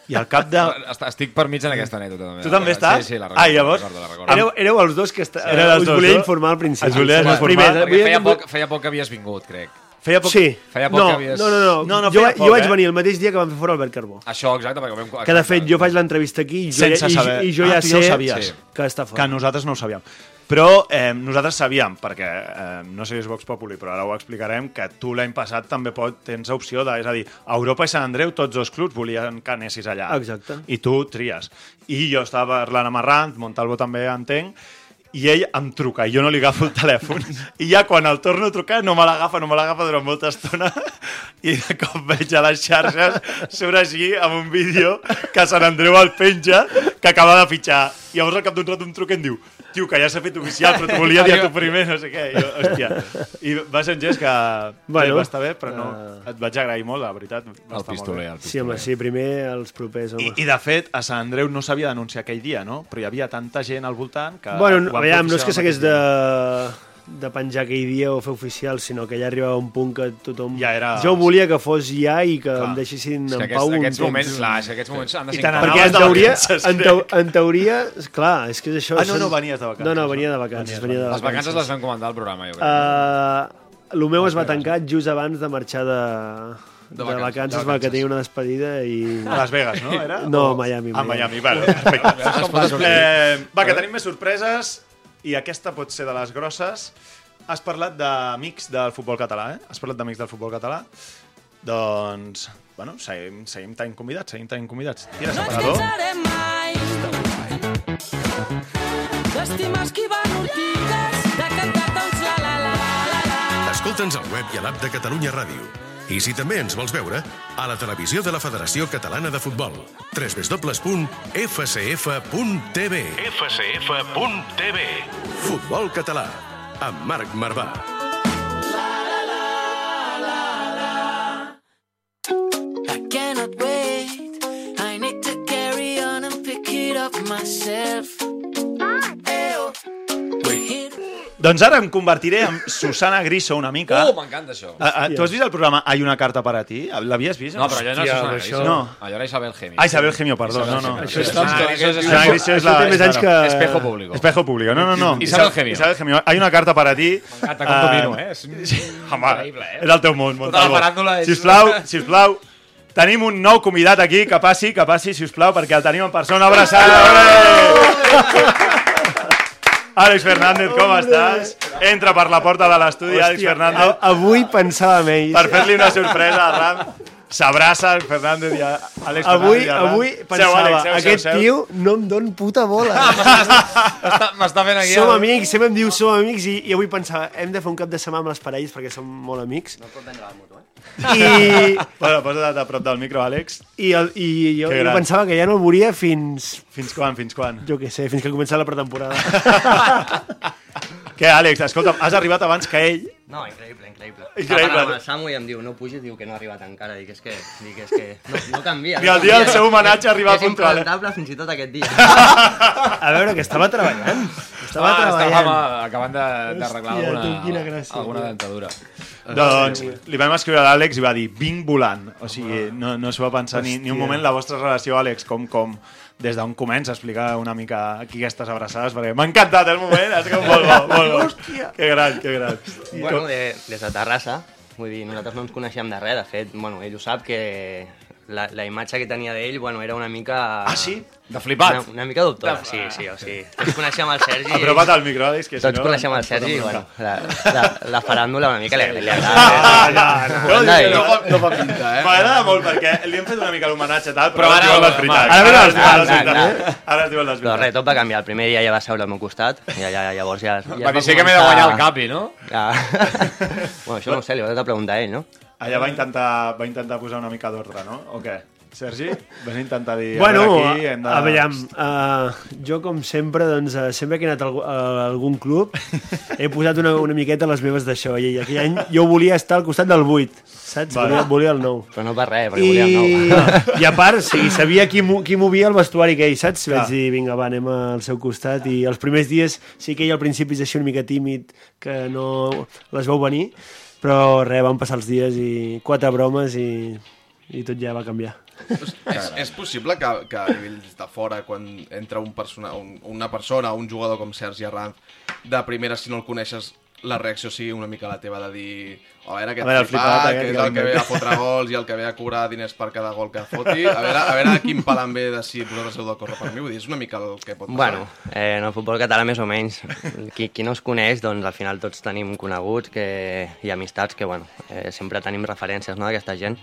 Speaker 3: I al cap de...
Speaker 4: Està- Estic per mig en aquesta anècdota, també.
Speaker 3: Tu també estàs?
Speaker 4: Sí, sí, la recordo.
Speaker 3: Ah, llavors-
Speaker 4: La recordo, la recordo.
Speaker 6: Éreu, éreu els dos que est...
Speaker 3: Eren els
Speaker 6: us
Speaker 3: dos,
Speaker 6: volia
Speaker 3: no?
Speaker 6: informar al principi.
Speaker 3: Ens volies
Speaker 6: Els
Speaker 3: informar.
Speaker 6: primers, eh?
Speaker 4: Perquè
Speaker 6: Avui
Speaker 4: feia
Speaker 6: hem-
Speaker 4: poc, feia poc que havies vingut, crec.
Speaker 3: Feia poc...
Speaker 6: Sí.
Speaker 4: feia poc
Speaker 6: no,
Speaker 4: que havies-
Speaker 6: No, no, no.
Speaker 3: No, no,
Speaker 6: jo,
Speaker 3: feia
Speaker 6: va-
Speaker 3: poc,
Speaker 6: jo vaig
Speaker 3: eh? Ah,
Speaker 6: venir el mateix dia que van fer fora Albert Carbó.
Speaker 4: Això, exacte, perquè ho vam...
Speaker 6: Que, de fet, jo faig l'entrevista aquí i jo,
Speaker 3: Sense
Speaker 6: ja- i,
Speaker 3: saber.
Speaker 6: i jo
Speaker 3: Ah,
Speaker 6: ja
Speaker 3: tu ja
Speaker 6: sé
Speaker 3: ho sabies.
Speaker 6: que està
Speaker 3: que
Speaker 6: fora.
Speaker 3: nosaltres no ho sabíem. Però eh, nosaltres sabíem, perquè eh, no sé si és Vox Populi, però ara ho explicarem, que tu l'any passat també pot, tens opció de... És a dir, a Europa i Sant Andreu tots dos clubs volien que anessis allà.
Speaker 6: Exacte.
Speaker 3: I tu tries. I jo estava parlant amb Arrant, Montalvo també entenc, i ell em truca, i jo no li agafo el telèfon. I ja quan el torno a trucar no me l'agafa, no me l'agafa durant molta estona i de cop veig a les xarxes surt així amb un vídeo que Sant Andreu el penja que acaba de fitxar. I llavors al cap d'un rato em truca i em diu tio, que ja s'ha fet oficial, però t'ho volia dir a tu primer, no sé què. I, jo, hòstia. I va ser un gest que
Speaker 6: Bueno,
Speaker 3: bueno, va estar bé, però no, et vaig agrair molt, la veritat.
Speaker 4: El
Speaker 3: Va estar molt bé.
Speaker 4: pistoler, el
Speaker 6: Sí,
Speaker 4: pistoler.
Speaker 6: home, sí, primer els propers, home.
Speaker 3: I, I, de fet, a Sant Andreu no s'havia d'anunciar aquell dia, no? Però hi havia tanta gent al voltant que...
Speaker 6: Bueno,
Speaker 3: ho
Speaker 6: no,
Speaker 3: van
Speaker 6: aviam, no és
Speaker 3: propiciar
Speaker 6: que
Speaker 3: el mateix
Speaker 6: s'hagués
Speaker 3: dia.
Speaker 6: de, de penjar aquell dia o fer oficial, sinó que ja arribava un punt que tothom...
Speaker 3: Ja era-
Speaker 6: Jo volia que fos ja i que
Speaker 3: Clar.
Speaker 6: em deixessin
Speaker 4: És
Speaker 6: en
Speaker 4: que
Speaker 6: pau
Speaker 4: aquests,
Speaker 6: un
Speaker 4: aquests
Speaker 6: temps.
Speaker 4: moments, clar, és que aquests moments han de
Speaker 3: I
Speaker 4: ser
Speaker 3: tant,
Speaker 4: incòmodes.
Speaker 6: Perquè
Speaker 3: Anaves
Speaker 6: en
Speaker 3: de
Speaker 6: teoria,
Speaker 3: vacances,
Speaker 6: en, teu, en teoria, clar, és que és això...
Speaker 3: Ah, no,
Speaker 6: són-
Speaker 3: no, venies de vacances,
Speaker 6: No, no,
Speaker 3: no?
Speaker 6: venia de vacances.
Speaker 3: Venies,
Speaker 6: Venia de
Speaker 4: Les vacances les vam comentar al programa, jo
Speaker 3: Ah,
Speaker 4: crec.
Speaker 6: Uh, el meu es va tancar just abans de marxar de, de, vacances,
Speaker 5: vacances.
Speaker 6: va, que tenia una despedida i...
Speaker 3: A Las Vegas, no? Era?
Speaker 6: No, Miami,
Speaker 3: A
Speaker 6: Miami.
Speaker 3: Miami, vale, perfecte.
Speaker 4: sortir.
Speaker 3: eh, va, que tenim més sorpreses i aquesta pot ser de les grosses. Has parlat d'amics del futbol català, eh? Has parlat d'amics del futbol català. Doncs, bueno, seguim, seguim tenint convidats, seguim tenint convidats. Tira separador.
Speaker 10: cansarem mai d'estimar esquivant ortigues, de cantar tots la la la la la.
Speaker 2: Escolta'ns al web i a l'app de Catalunya Ràdio. I si també ens vols veure, a la televisió de la Federació Catalana de Futbol. www.fcf.tv
Speaker 11: fcf.tv
Speaker 2: Futbol català, amb Marc Marvà.
Speaker 10: I cannot wait. I need to carry on and pick it up myself. Ew. We're here to
Speaker 3: Doncs ara em convertiré en Susana Griso una mica.
Speaker 4: Oh, m'encanta això.
Speaker 3: Ah, ah, tu has vist el programa Hay una carta per a ti? L'havies vist?
Speaker 4: No, però allò no és Susana
Speaker 3: això-
Speaker 4: Griso.
Speaker 3: No.
Speaker 4: Allò era Isabel Gemio.
Speaker 3: Ah, Isabel Gemio, perdó.
Speaker 4: Isabel
Speaker 3: No, no.
Speaker 4: Gemio.
Speaker 3: Això és-
Speaker 4: Susana Griso és-
Speaker 3: Susana Griso és
Speaker 6: Això
Speaker 3: la...
Speaker 6: té més
Speaker 3: és
Speaker 6: anys
Speaker 3: la-
Speaker 6: que...
Speaker 4: Espejo público.
Speaker 3: Espejo público, no, no, no.
Speaker 4: Isabel Gemio.
Speaker 3: Isabel Gemio. Hay una carta para ti. Ah,
Speaker 4: M'encanta com domino, eh? És
Speaker 3: Sí, home,
Speaker 4: increïble, eh?
Speaker 3: és el teu món, Montalvo.
Speaker 4: la paràndola és-
Speaker 3: Sisplau, sisplau, tenim un nou convidat aquí, que passi, que passi, sisplau, perquè el tenim en persona. Una Abraçada! Àlex Fernández, com estàs? Entra per la porta de l'estudi, Àlex
Speaker 6: Hòstia,
Speaker 3: Fernández,
Speaker 6: a- avui pensava en ell.
Speaker 3: per fer-li una sorpresa a Ram. S'abraça el Fernández i a- Àlex
Speaker 6: Avui,
Speaker 3: Fernández. i Arran.
Speaker 6: avui
Speaker 3: Seu,
Speaker 6: pensava,
Speaker 3: Àlex, seu, seu,
Speaker 6: aquest
Speaker 3: seu.
Speaker 6: tio no em don puta bola.
Speaker 4: Està- M'està fent aquí...
Speaker 6: som
Speaker 4: el-
Speaker 6: amics, sempre em diu som amics i, i avui pensava, hem de fer un cap de setmana amb les parelles perquè som molt amics. No pot vendre la moto, eh? I,
Speaker 3: Bueno, posa't a prop del micro, Àlex.
Speaker 6: I, el, i jo,
Speaker 3: Que
Speaker 6: jo
Speaker 3: gran.
Speaker 6: pensava que ja no el veuria fins...
Speaker 3: Fins quan, fins quan?
Speaker 6: Jo què sé, fins que començava la pretemporada.
Speaker 3: Què, Àlex, escolta, has arribat abans que ell.
Speaker 12: No, increïble, increïble.
Speaker 3: Increïble.
Speaker 12: Estava parlant amb el Samu i em diu, no pugis, diu que no ha arribat encara. Dic, és que, dic, és que no, no canvia.
Speaker 3: I el dia del seu homenatge arribava
Speaker 12: puntual. És
Speaker 3: puntual,
Speaker 12: impresentable
Speaker 3: eh?
Speaker 12: fins i tot aquest dia.
Speaker 6: A veure, que estava treballant. Estava
Speaker 4: Ah,
Speaker 6: treballant.
Speaker 4: Estava acabant de- d'arreglar
Speaker 6: Hòstia,
Speaker 4: alguna,
Speaker 6: tu, quina gràcia,
Speaker 4: alguna
Speaker 6: tio.
Speaker 4: dentadura.
Speaker 3: Doncs li vam escriure a l'Àlex i va dir, vinc volant. O sigui, no, no s'ho va pensar ni, ni un
Speaker 6: Hòstia.
Speaker 3: moment la vostra relació, Àlex, com, com des d'on comença a explicar una mica aquí aquestes abraçades, perquè m'ha encantat el moment, és que molt bo, molt bo.
Speaker 6: Hòstia.
Speaker 3: Que gran, que gran. I
Speaker 12: Bueno,
Speaker 3: com-
Speaker 12: de, des de Terrassa, vull dir, nosaltres no ens coneixíem de res, de fet, bueno, ell ho sap, que la, la imatge que tenia d'ell, bueno, era una mica...
Speaker 3: Ah, sí? De flipat.
Speaker 12: Una, una mica dubtora,
Speaker 3: De-
Speaker 12: sí, sí, o sigui, tots coneixíem el Sergi...
Speaker 3: Apropa't al micro, Àlex, que si
Speaker 12: Tots
Speaker 3: no,
Speaker 12: coneixem
Speaker 3: ens
Speaker 12: el Sergi i,
Speaker 3: fotem
Speaker 12: bueno,
Speaker 3: bronca.
Speaker 12: la, la, la faràndula una mica li, li
Speaker 3: Ah,
Speaker 12: agrada.
Speaker 3: no, no,
Speaker 12: Ho hem de dir.
Speaker 3: no, no,
Speaker 5: No fa pinta, eh?
Speaker 3: M'agrada molt perquè li hem fet una mica l'homenatge tal,
Speaker 4: Però
Speaker 3: però, ara
Speaker 4: ara-
Speaker 3: es diuen les veritats.
Speaker 4: ara
Speaker 12: venen
Speaker 3: Ara
Speaker 12: els
Speaker 3: es diuen les
Speaker 12: veritats,
Speaker 3: veritats. Ara es diuen les
Speaker 12: Però res,
Speaker 3: veritats.
Speaker 12: tot va canviar. El primer dia ja va seure al meu costat i allà, llavors ja... ja es
Speaker 4: Va dir,
Speaker 12: va
Speaker 4: sé que m'he de
Speaker 12: començar-
Speaker 4: guanyar el capi, no?
Speaker 12: Ja. bueno, això no ho sé, li hauràs de preguntar a ell, no?
Speaker 3: Allà va intentar, va intentar posar una mica d'ordre, no? O què? Sergi, vas intentar dir... a
Speaker 6: Bueno,
Speaker 3: veure
Speaker 6: aquí, de... a veure, uh, jo com sempre, doncs, uh, sempre que he anat a, algu- a algun club, he posat una, una miqueta les meves d'això, i aquell any jo volia estar al costat del 8, saps?
Speaker 3: Vale.
Speaker 6: Volia, volia el 9.
Speaker 12: Però no per res, perquè I... volia
Speaker 6: I,
Speaker 12: el nou.
Speaker 6: I a part, sí, sabia qui, mo- qui movia el vestuari que ell, saps?
Speaker 3: Clar.
Speaker 6: Vaig dir, vinga, va, anem al seu costat. I els primers dies sí que ell al principi és així una mica tímid, que no les veu venir, però res, van passar els dies i quatre bromes i, i tot ja va canviar.
Speaker 5: És, és possible que, que a nivell de fora, quan entra un persona, un, una persona, un jugador com Sergi Arranz, de primera, si no el coneixes, la reacció sigui una mica la teva de dir a veure aquest
Speaker 3: A veure, el
Speaker 5: flipat,
Speaker 3: flipat
Speaker 5: que
Speaker 3: aquest
Speaker 5: és
Speaker 3: que
Speaker 5: el que ve
Speaker 3: l'inventa."
Speaker 5: a fotre gols i el que ve a cobrar diners per cada gol que foti, a veure, a veure quin palant ve de si vosaltres heu de córrer per mi, vull dir, és una mica el que pot passar.
Speaker 12: Bueno, eh, en el futbol català més o menys. Qui, qui no es coneix, doncs al final tots tenim coneguts que, i amistats que, bueno, eh, sempre tenim referències no, d'aquesta gent.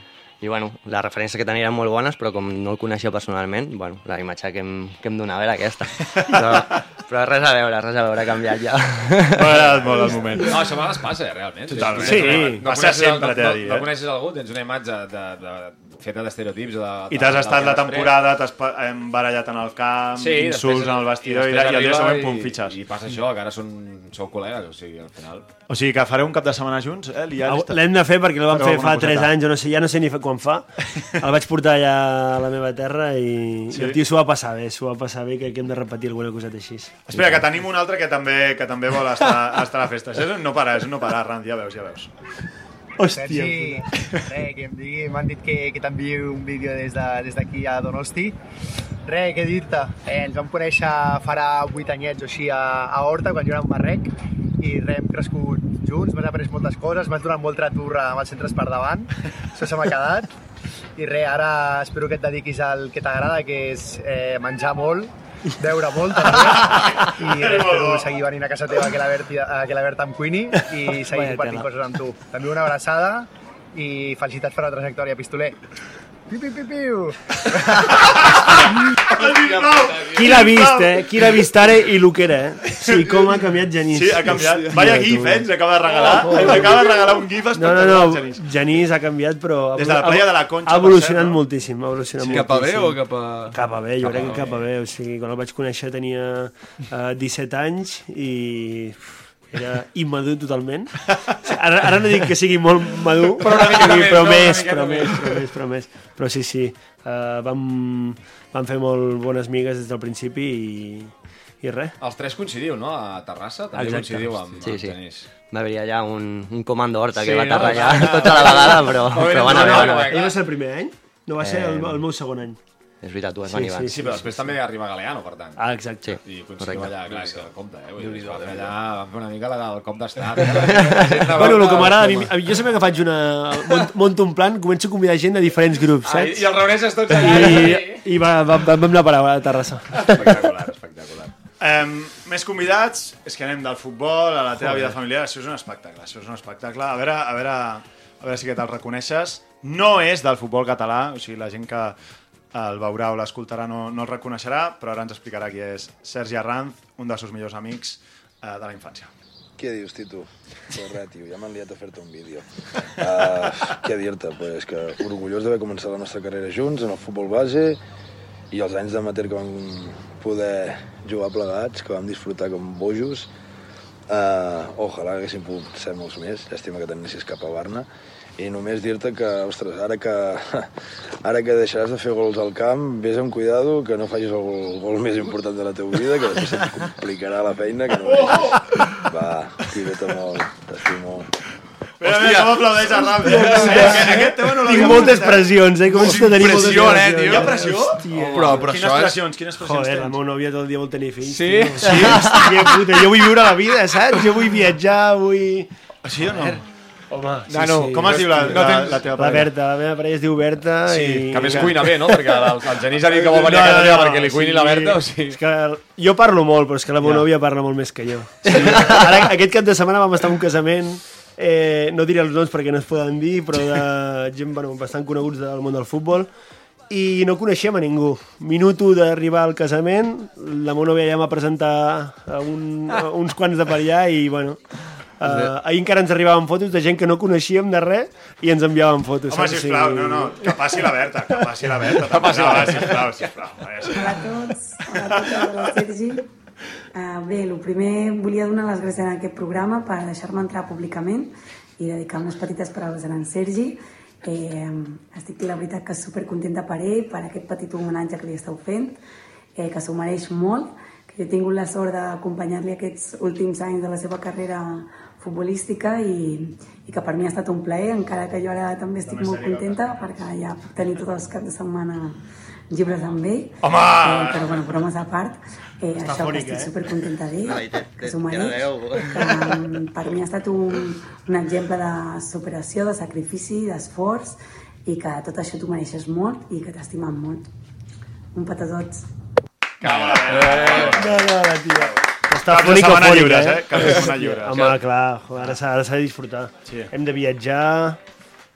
Speaker 12: I, bueno, les referències que tenia eren molt bones, però com no el coneixia personalment, bueno, la imatge que em, que em donava era aquesta. Però, però res a veure, res a veure, ha canviat ja.
Speaker 3: M'ha agradat molt el moment.
Speaker 4: No, això a vegades passa, eh, realment.
Speaker 3: Totalment.
Speaker 4: Sí,
Speaker 6: Sí,
Speaker 3: passa
Speaker 4: coneixes-
Speaker 3: sempre, t'he de
Speaker 4: no,
Speaker 3: dir,
Speaker 4: no,
Speaker 3: eh?
Speaker 4: no coneixes algú, tens una imatge de, de, feta d'estereotips. De, de,
Speaker 3: I t'has
Speaker 4: del que
Speaker 3: estat la
Speaker 4: has tret.
Speaker 3: temporada, t'has pa- hem barallat en el camp, sí,
Speaker 4: després-
Speaker 3: insults en el vestidor, i,
Speaker 4: després
Speaker 3: i el dia
Speaker 4: arriba
Speaker 3: següent, pum,
Speaker 4: i-
Speaker 3: fitxes.
Speaker 4: I passa això, que ara són, sou col·legues, o sigui, al final...
Speaker 3: O sigui que fareu un cap de setmana junts, eh? Li
Speaker 6: Au, L'hem de fer perquè el vam
Speaker 3: Però
Speaker 6: fer fa
Speaker 3: alguna
Speaker 6: 3
Speaker 3: coseta.
Speaker 6: anys, jo no sé, ja no sé ni fa- quan fa. El vaig portar allà a la meva terra i,
Speaker 3: Sí?
Speaker 6: sí. i el tio s'ho va passar bé, s'ho va passar bé, crec que hem de repetir alguna coseta així.
Speaker 3: Espera, que tenim un altre que també, que també vol estar, estar a la festa. Això és un no parar, és un no parar, Ranz, ja veus, ja veus.
Speaker 6: Hòstia,
Speaker 13: Sergi, re, que em digui, m'han dit que, que t'enviï un vídeo des de- des d'aquí de, a Donosti. Re, què dir-te? Eh, ens vam conèixer farà 8 anyets o així a, a Horta, quan jo era un barrec, i re, hem crescut junts, m'has après moltes coses, m'has donat molta turra amb els centres per davant, això se m'ha quedat. I re, ara espero que et dediquis al que t'agrada, que és eh, menjar molt, beure molt també, i re, espero seguir venint a casa teva que la Berta, eh, que la Berta em cuini i
Speaker 14: Eh,
Speaker 13: seguir
Speaker 6: Vaya
Speaker 13: compartint
Speaker 6: tela.
Speaker 13: coses amb tu. També una abraçada i felicitats per la trajectòria, pistoler. Piu, piu, piu, piu.
Speaker 6: qui l'ha vist, eh? Qui l'ha vist ara i lo que era, eh? Sí, com ha canviat Genís.
Speaker 3: Sí, ha canviat.
Speaker 6: Hòstia,
Speaker 3: Vaya
Speaker 6: tu. Oh,
Speaker 3: gif, eh? Ens acaba de regalar. Ens acaba de regalar un gif
Speaker 6: No,
Speaker 3: espectacular,
Speaker 6: no, no,
Speaker 3: Genís.
Speaker 6: Genís ha canviat, però... ha
Speaker 3: Des de la
Speaker 6: evolu-
Speaker 3: playa de la Concha,
Speaker 6: Ha
Speaker 3: per
Speaker 6: evolucionat
Speaker 3: cert, no?
Speaker 6: moltíssim, ha evolucionat moltíssim.
Speaker 5: Cap a bé o cap a...
Speaker 6: Cap a bé, jo crec que cap a bé. O sigui, quan el vaig conèixer tenia eh, 17 anys i uf, era immadur totalment. O sigui, Ara, ara no dic que sigui molt madur, però, una mica
Speaker 4: més, no?
Speaker 6: però,
Speaker 4: Una
Speaker 6: més,
Speaker 4: miqueta
Speaker 6: però,
Speaker 4: més.
Speaker 6: més, però més, però més. Però sí, sí, eh, vam, vam fer molt bones migues des del principi i, i res.
Speaker 4: Els tres coincidiu, no? A Terrassa també
Speaker 6: Exacte.
Speaker 4: coincidiu amb,
Speaker 12: Sí,
Speaker 4: amb
Speaker 12: sí.
Speaker 4: Genís.
Speaker 12: Va haver allà un, un comando horta
Speaker 4: Sí,
Speaker 12: que va
Speaker 4: no?
Speaker 12: tarrallar tots a la vegada, però,
Speaker 4: Va haver
Speaker 12: però
Speaker 4: un
Speaker 12: van
Speaker 4: comando
Speaker 12: anar.
Speaker 4: horta.
Speaker 12: Bueno,
Speaker 6: Ell va ser el primer any? No va ser el,
Speaker 12: Eh,
Speaker 6: el meu segon any.
Speaker 12: és veritat, tu vas
Speaker 6: Sí,
Speaker 12: venir
Speaker 6: sí,
Speaker 12: abans.
Speaker 4: Sí, però després també arriba Galeano, per tant.
Speaker 6: Ah, exacte.
Speaker 12: Sí,
Speaker 4: I coincidiu
Speaker 12: correcte.
Speaker 4: allà, clar, que compte, eh? Vull dir, es va fer allà, vam fer una mica la del cop d'estat. eh?
Speaker 6: Bueno, el que m'agrada, a mi, a mi- jo sempre que faig una... mont- Monto un plan, començo a convidar gent de diferents grups,
Speaker 4: Ah, I,
Speaker 6: saps?
Speaker 4: I els reuneixes tots allà.
Speaker 6: I, i va, va, va, vam la paraula a Terrassa.
Speaker 4: Espectacular, espectacular.
Speaker 3: Um, més convidats, és que anem del futbol a la teva vida familiar, això és un espectacle, això és un espectacle. A veure, a veure, a veure si que te'l reconeixes. no és del futbol català, o sigui, la gent que el veurà o l'escoltarà no, no el reconeixerà, però ara ens explicarà qui és Sergi Arranz, un dels seus millors amics eh, de la infància.
Speaker 15: ¿Qué dius, Titu? Pues res, tio, ja m'han liat a fer-te un vídeo. Uh, què dir-te? Pues que orgullós d'haver començat la nostra carrera junts en el futbol base i els anys d'amateur que vam poder jugar plegats, que vam disfrutar com bojos. Uh, ojalà haguéssim pogut ser molts més, llàstima que t'anessis cap a Barna. I només dir-te que, ostres, ara que, ara que deixaràs de fer gols al camp, vés amb cuidado que no facis el gol, gol més important de la teva vida, que després et complicarà la feina. Que no Va, cuida't molt, t'estimo.
Speaker 3: Mira, mira, com aplaudeix a Rami.
Speaker 6: Hòstia,
Speaker 3: Aquest, aquest tema no
Speaker 6: Tinc
Speaker 3: l'havíem
Speaker 6: moltes
Speaker 3: escoltat.
Speaker 6: pressions, eh? Com
Speaker 3: Molta
Speaker 6: Molta tenir moltes
Speaker 3: pressió, eh,
Speaker 6: pressions.
Speaker 3: tio? Hi ha pressió? Oh, però- però Quines això és- pressions, quines pressions
Speaker 6: Joder,
Speaker 3: tens?
Speaker 6: la meva nòvia tot el dia vol tenir fills.
Speaker 3: Sí?
Speaker 6: tio. Sí? Hòstia puta, jo vull viure la vida, saps? Jo vull viatjar, vull...
Speaker 3: Ah, Sí o no?
Speaker 6: Home, sí,
Speaker 3: Nano,
Speaker 6: sí.
Speaker 3: Ah, com es diu la- la- la teva
Speaker 6: La
Speaker 3: parella?
Speaker 6: Berta, la meva parella es diu Berta
Speaker 4: Sí,
Speaker 6: i...
Speaker 4: que a més cuina bé, no? Perquè el- el Genís ha dit que vol venir a casa teva perquè li cuini la Berta, o
Speaker 6: sigui... És que jo parlo molt, però és que la meva nòvia parla molt més que jo. Sí. Ara, aquest cap de setmana vam estar en un casament, eh, no diré els noms perquè no es poden dir, però de gent bueno, bastant coneguts del món del futbol, i no coneixem a ningú. Minut 1 d'arribar al casament, la meva nòvia ja m'ha presentat a un, a uns quants de per allà i, bueno... Uh, ahir encara ens arribaven fotos de gent que no coneixíem de res i ens enviaven fotos.
Speaker 3: Home,
Speaker 6: saps? O
Speaker 3: sisplau,
Speaker 6: sigui-
Speaker 3: no, no, que passi la Berta, que passi la Berta. Que passi la Berta. Sisplau, sisplau.
Speaker 16: Hola a tots, hola a tots, hola al Sergi. Uh, bé, el primer volia donar les gràcies en aquest programa per deixar-me entrar públicament i dedicar unes petites paraules a en Sergi. Eh, estic, la veritat, que supercontenta per ell, per aquest petit homenatge que li esteu fent, eh, que s'ho mereix molt, que jo he tingut la sort d'acompanyar-li aquests últims anys de la seva carrera futbolística i, i que per mi ha estat un plaer, encara que jo ara també estic
Speaker 17: Només
Speaker 16: molt
Speaker 17: te digo
Speaker 16: contenta perquè ja puc tenir tots els caps de setmana llibres amb ell.
Speaker 17: Home!
Speaker 16: Eh, però bueno, bromes a part, eh,
Speaker 17: Està
Speaker 16: això que
Speaker 17: fònica,
Speaker 16: estic
Speaker 17: eh?
Speaker 16: supercontenta d'ell,
Speaker 17: Ai, te-
Speaker 16: que
Speaker 17: te-
Speaker 16: s'ho
Speaker 17: te la
Speaker 16: mereix. que, mm, Per mi ha estat un, un exemple de superació, de sacrifici, d'esforç, i que tot això t'ho mereixes molt i que t'estimen molt. Un petó a tots.
Speaker 6: No, no, la tia. Està
Speaker 3: Caps de
Speaker 6: fònica,
Speaker 3: setmana
Speaker 6: fònica,
Speaker 3: lliures, eh?
Speaker 6: eh?
Speaker 3: Caps de setmana lliures.
Speaker 6: Home, clar, jo, ara s'ha ara s'ha de disfrutar.
Speaker 3: Sí.
Speaker 6: Hem de viatjar...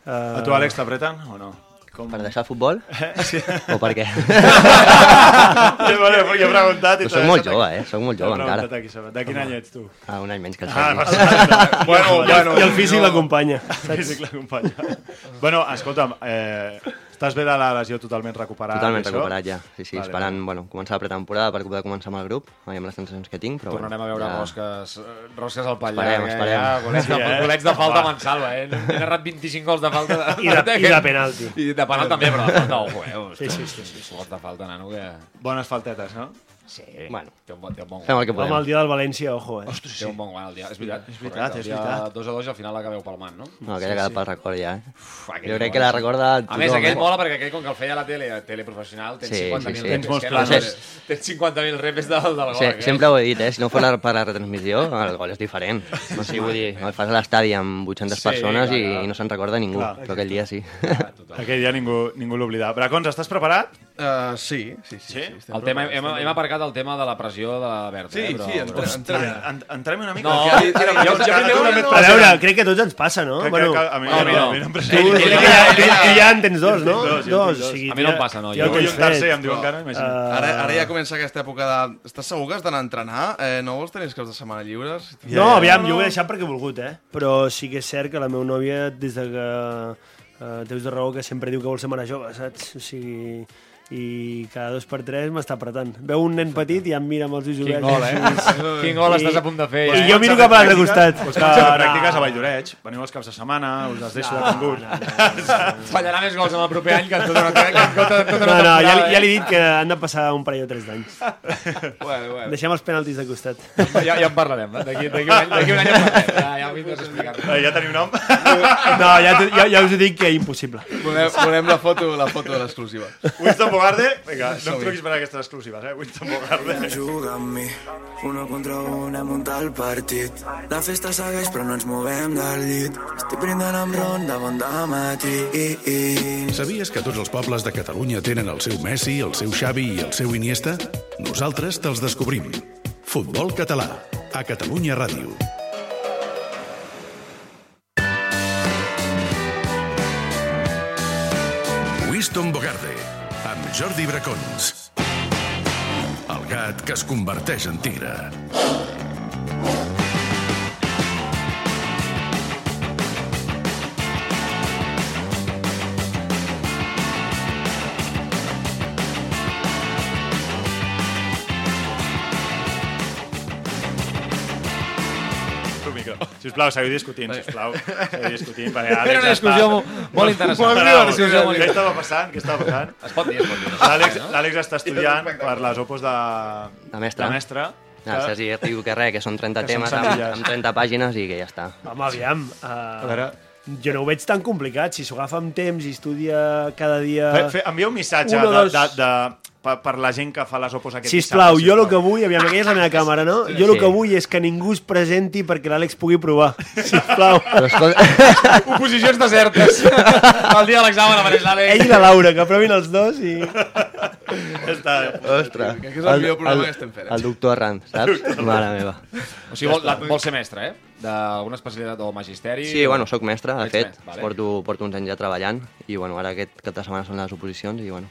Speaker 6: Uh...
Speaker 3: A tu, Àlex, t'apreten o no? Com...
Speaker 12: Per deixar el futbol?
Speaker 3: Sí.
Speaker 12: O per què?
Speaker 3: Jo, vale, jo he preguntat
Speaker 12: Però
Speaker 3: i t'ha
Speaker 12: soc molt
Speaker 3: deixat
Speaker 12: jove,
Speaker 3: aquí.
Speaker 12: eh? Soc molt
Speaker 3: T'ha
Speaker 12: jove
Speaker 3: preguntat
Speaker 12: encara.
Speaker 3: aquí sobre- de quin any ets, tu?
Speaker 12: Ah, un any menys que el
Speaker 3: Ah,
Speaker 12: Sergi.
Speaker 3: bastante. bueno, bueno.
Speaker 6: I el físic l'acompanya,
Speaker 3: El
Speaker 6: saps?
Speaker 3: físic l'acompanya. bueno, escolta'm, eh, estàs bé de la lesió totalment recuperat?
Speaker 12: Totalment
Speaker 3: i això?
Speaker 12: recuperat ja. Sí, sí,
Speaker 3: Vale.
Speaker 12: esperant, bueno, començar la pretemporada per poder començar amb el grup, amb les sensacions que tinc, però
Speaker 4: Tornarem a
Speaker 12: bueno,
Speaker 4: veure
Speaker 12: ja...
Speaker 4: rosques, eh, rosques al Pallà. eh,
Speaker 12: Esperem, esperem.
Speaker 4: Ja, golets, de,
Speaker 12: Sí, eh?
Speaker 4: golets de falta
Speaker 12: Va.
Speaker 4: me'n salva, eh? He narrat 25 gols de falta.
Speaker 6: I de- i de penalti.
Speaker 4: I de penal també, però de falta, ojo, eh?
Speaker 6: Sí, sí,
Speaker 4: sí. Gols de falta, nano, que...
Speaker 3: Bones faltetes, no?
Speaker 4: Sí. Bueno. Té un bon, té un bon
Speaker 12: Fem el que
Speaker 4: gol.
Speaker 12: podem.
Speaker 6: Home, el dia del València, ojo, eh?
Speaker 4: Ostres, sí. Té un bon guany el dia. És veritat,
Speaker 6: És veritat,
Speaker 4: correcte.
Speaker 6: és
Speaker 4: El dia
Speaker 6: veritat.
Speaker 4: Dos a dos i al final l'acabeu pel man, no?
Speaker 12: No, aquella ha quedat pel record ja, eh?
Speaker 4: Uf, aquell
Speaker 12: Jo crec
Speaker 4: mola,
Speaker 12: que la
Speaker 4: sí.
Speaker 12: recorda
Speaker 4: A més, aquell
Speaker 12: eh?
Speaker 4: mola perquè aquell, com que el feia a la tele, a tele professional, tens
Speaker 12: Sí,
Speaker 4: 50.000
Speaker 12: sí, sí.
Speaker 4: repes.
Speaker 12: Tens molts
Speaker 4: que no
Speaker 12: planes.
Speaker 4: sé, Tens 50.000 repes del, del gol.
Speaker 12: Sí,
Speaker 4: aquest.
Speaker 12: sempre ho he dit, eh? Si no fos la- per la retransmissió, el gol és diferent. No sé, vull dir, el fas a l'estadi amb 800
Speaker 3: Sí,
Speaker 12: persones
Speaker 3: clar,
Speaker 12: i,
Speaker 3: clar.
Speaker 12: i no se'n recorda ningú,
Speaker 3: Clar.
Speaker 12: però aquell dia sí.
Speaker 3: Aquell dia ningú, ningú l'oblida. Bracons, estàs preparat?
Speaker 5: Uh, sí, sí, sí. sí? estem
Speaker 4: El tema,
Speaker 5: preparats,
Speaker 4: hem,
Speaker 5: estem
Speaker 4: hem aparcat el tema de la pressió de la Berta.
Speaker 5: Sí,
Speaker 4: eh, però,
Speaker 5: sí, entrem-
Speaker 4: però-
Speaker 5: entrem.
Speaker 4: Hòstia.
Speaker 3: En- Entrem una mica.
Speaker 4: No, sí,
Speaker 3: Que- que-
Speaker 4: sí,
Speaker 3: que-
Speaker 4: jo-
Speaker 3: que-
Speaker 4: jo-
Speaker 3: que-
Speaker 4: jo-
Speaker 3: que-
Speaker 6: A veure, crec que a tots ens passa, no?
Speaker 3: Crec que-
Speaker 6: bueno,
Speaker 3: que a mi-
Speaker 6: no,
Speaker 3: a mi-
Speaker 6: no.
Speaker 3: a mi no em
Speaker 6: Tu,
Speaker 3: passa.
Speaker 6: tu, tu,
Speaker 3: Ell- ell-
Speaker 6: ja en tens dos, no?
Speaker 3: Jo en tinc dos, jo en tinc dos.
Speaker 6: sigui,
Speaker 3: A mi no em
Speaker 6: ja-
Speaker 3: passa, no,
Speaker 6: ja
Speaker 3: jo-
Speaker 6: ho tens
Speaker 3: jo un tercer,
Speaker 6: fet.
Speaker 3: em diu encara, imagina't.
Speaker 6: Ah.
Speaker 5: Ara, ara ja comença aquesta època de... Estàs segur que has d'anar a entrenar? Eh, no vols tenir els caps de setmana lliures?
Speaker 6: No, aviam, jo ho he deixat perquè he volgut, eh? Però sí que és cert que la meva nòvia, des de que... Eh, Teus de raó que sempre diu que vol ser mare jove, saps? O sigui... I cada dos per tres m'està apretant. Veu un nen petit i ja em mira amb els ulls
Speaker 4: Quin
Speaker 6: oberts.
Speaker 4: gol, eh? Quin gol estàs a punt de fer,
Speaker 6: I,
Speaker 4: eh?
Speaker 6: i jo miro cap a l'altre costat. Ah,
Speaker 3: Us que pràctiques a Valldoreig, veniu els caps de setmana, us les deixo
Speaker 6: No,
Speaker 3: de vingut.
Speaker 4: Fallarà més gols en el proper any que en tota una, que en tota, tota
Speaker 6: No,
Speaker 4: una
Speaker 6: no, ja, li-
Speaker 4: temporada,
Speaker 6: ja li he
Speaker 4: eh?
Speaker 6: dit que han de passar un parell o tres d'anys.
Speaker 4: Bueno, bueno.
Speaker 6: Deixem els penaltis de costat.
Speaker 4: Ja, ja en parlarem, eh? d'aquí d'aquí un any, d'aquí un any en parlarem. Ja, ja vindràs a explicar-ho.
Speaker 3: Eh, Ja teniu nom?
Speaker 6: No, ja, t- ja, ja us ho dic que impossible.
Speaker 5: Volem, volem la foto, la foto de l'exclusiva.
Speaker 3: Winston Bogarde, vinga, no em
Speaker 5: Som-hi.
Speaker 3: truquis per aquestes exclusives, eh? Winston Bogarde.
Speaker 17: Juga amb mi, una contra una, muntar el partit. La festa segueix però no ens movem del llit. Estic brindant amb ron de bon dematí.
Speaker 2: Sabies que tots els pobles de Catalunya tenen el seu Messi, el seu Xavi i el seu Iniesta? Nosaltres te'ls descobrim. Futbol català, a Catalunya Ràdio. Risto Bogarde, amb Jordi Bracons. El gat que es converteix en tigre.
Speaker 3: Tu, micro. Sisplau, seguiu discutint, sisplau. Seguiu discutint, perquè ara
Speaker 4: Era una
Speaker 3: ja
Speaker 4: discussió
Speaker 3: està.
Speaker 4: mo- molt interessant.
Speaker 3: Molt
Speaker 4: Era una discussió molt
Speaker 3: Què estava
Speaker 4: interessant.
Speaker 3: passant? Què estava passant?
Speaker 4: Es pot dir, es pot dir.
Speaker 3: L'Àlex
Speaker 4: No?
Speaker 3: l'Àlex està estudiant per les opos de...
Speaker 12: La mestra.
Speaker 3: La mestra.
Speaker 12: El Sergi diu que res, que són 30
Speaker 3: Que són
Speaker 12: temes amb,
Speaker 3: senzilles.
Speaker 12: amb 30 pàgines i que ja està.
Speaker 6: Home, aviam. Uh,
Speaker 3: A veure.
Speaker 6: Jo no ho veig tan complicat. Si s'ho agafa amb temps i estudia cada dia...
Speaker 3: Eh, Fe, fe, envia un missatge
Speaker 6: un o
Speaker 3: de,
Speaker 6: dos-
Speaker 3: de, de, per, per la gent que fa les opos aquest
Speaker 6: Sisplau,
Speaker 3: dissabte,
Speaker 6: jo el que vull, aviam, aquella és la meva càmera, no? Jo el
Speaker 3: Sí.
Speaker 6: que vull és que ningú es presenti perquè l'Àlex pugui provar. Sisplau.
Speaker 12: Però
Speaker 4: escolta- Oposicions desertes. El dia de l'examen apareix l'Àlex.
Speaker 6: Ell i la Laura, que provin els dos i...
Speaker 3: Està bé.
Speaker 12: Ostres.
Speaker 5: Que és el millor programa que estem fent, eh?
Speaker 12: El doctor Arran, saps? Mare meva.
Speaker 4: O sigui, vol, la, vol ser mestre, eh? D'alguna especialitat o magisteri...
Speaker 12: Sí, bueno, sóc mestre, de
Speaker 4: Ets
Speaker 12: fet.
Speaker 4: mestre, vale.
Speaker 12: Porto, porto uns anys ja treballant i, bueno, ara aquest cap de setmana són les oposicions i, bueno,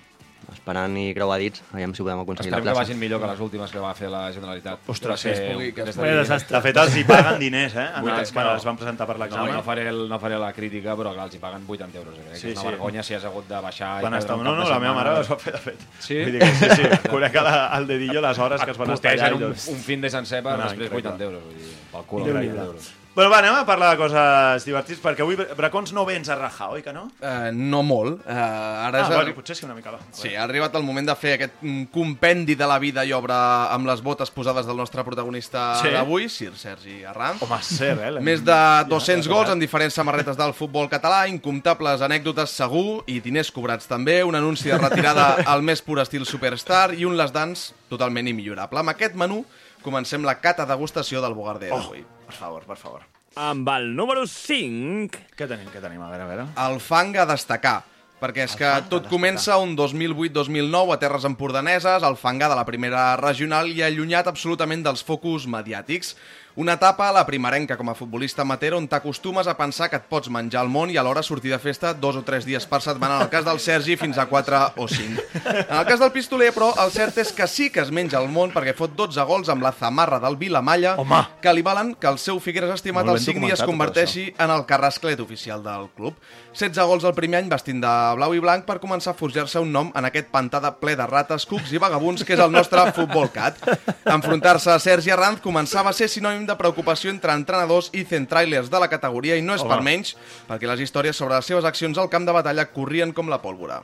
Speaker 12: esperant i creuadits, aviam si podem aconseguir
Speaker 4: Esperem
Speaker 12: la
Speaker 4: que
Speaker 12: plaça.
Speaker 4: vagin millor que les últimes que va fer la Generalitat.
Speaker 3: Ostres,
Speaker 4: Va
Speaker 3: que
Speaker 4: ser
Speaker 3: es pugui-
Speaker 4: un
Speaker 3: que es
Speaker 4: des
Speaker 3: pugui-
Speaker 4: de-
Speaker 3: desastre. De fet, els hi paguen diners, eh, en
Speaker 4: Vuit
Speaker 3: els-
Speaker 4: anys
Speaker 3: quan es van presentar per l'examen.
Speaker 4: No, i no, faré el, no faré la crítica, però clar, els hi paguen 80 euros. Eh?
Speaker 3: Sí,
Speaker 4: Sí, és una
Speaker 3: sí.
Speaker 4: vergonya si has hagut de baixar... i
Speaker 3: Van
Speaker 4: perdre
Speaker 3: estar...
Speaker 4: un
Speaker 3: No,
Speaker 4: cap de
Speaker 3: no, la meva
Speaker 4: setmana.
Speaker 3: mare les va fer, de fet.
Speaker 4: Sí?
Speaker 3: Vull dir que sí, sí. Conec el, el dedillo les hores que es van estar allà.
Speaker 4: Cotegen
Speaker 3: i
Speaker 4: un,
Speaker 3: tot.
Speaker 4: un fin de sencer per
Speaker 3: No,
Speaker 4: després
Speaker 3: increïble.
Speaker 4: 80 euros. Vull dir, pel cul,
Speaker 3: Déu-n'hi-do.
Speaker 4: 80 euros.
Speaker 3: Bueno, va, anem a parlar de coses divertides, perquè avui Bra- Bracons no vens a rajar, oi que no?
Speaker 5: Uh, no molt. Uh, ara
Speaker 3: Ah,
Speaker 5: és...
Speaker 3: bueno, potser sí una mica, va.
Speaker 5: Sí, ha arribat el moment de fer aquest mm, compendi de la vida i obra amb les botes posades del nostre protagonista
Speaker 3: Sí.
Speaker 5: sí. d'avui, Sir Sergi Arran.
Speaker 3: Home, Ser, eh, l'hem-
Speaker 5: Més de
Speaker 3: ja,
Speaker 5: 200
Speaker 3: l'hem
Speaker 5: gols
Speaker 3: adorat.
Speaker 5: en diferents samarretes del futbol català, incomptables anècdotes segur, i diners cobrats també, un anunci de retirada al més pur estil superstar i un les dans totalment immillorable. Amb aquest menú comencem la cata degustació del Bogarder
Speaker 14: Oh.
Speaker 5: d'avui. Per favor, per favor.
Speaker 14: Amb el número 5...
Speaker 3: Què tenim, què tenim? A veure, a veure.
Speaker 5: El fang a destacar. Perquè és que tot comença un 2008-2009 a Terres Empordaneses, el fangà de la primera regional i allunyat absolutament dels focus mediàtics. Una etapa a la primerenca com a futbolista amateur on t'acostumes a pensar que et pots menjar el món i alhora sortir de festa dos o tres dies per setmana, en el cas del Sergi fins a 4 o 5. En el cas del pistoler, però, el cert és que sí que es menja el món perquè fot 12 gols amb la zamarra del Vilamalla, Home. que li valen que el seu Figueres estimat
Speaker 18: Molt ben
Speaker 5: als 5
Speaker 18: documentat,
Speaker 5: dies
Speaker 18: tot
Speaker 5: converteixi en el carrasclet oficial del club. 16 gols el primer any vestint de blau i blanc per començar a forjar-se un nom en aquest pantà de ple de rates, cucs i vagabunds que és el nostre futbol cat. Enfrontar-se a Sergi Arranz començava a ser sinònim de preocupació entre entrenadors i centrailers de la categoria i no és
Speaker 18: Home.
Speaker 5: per menys perquè les històries sobre les seves accions al camp de batalla corrien com la pólvora.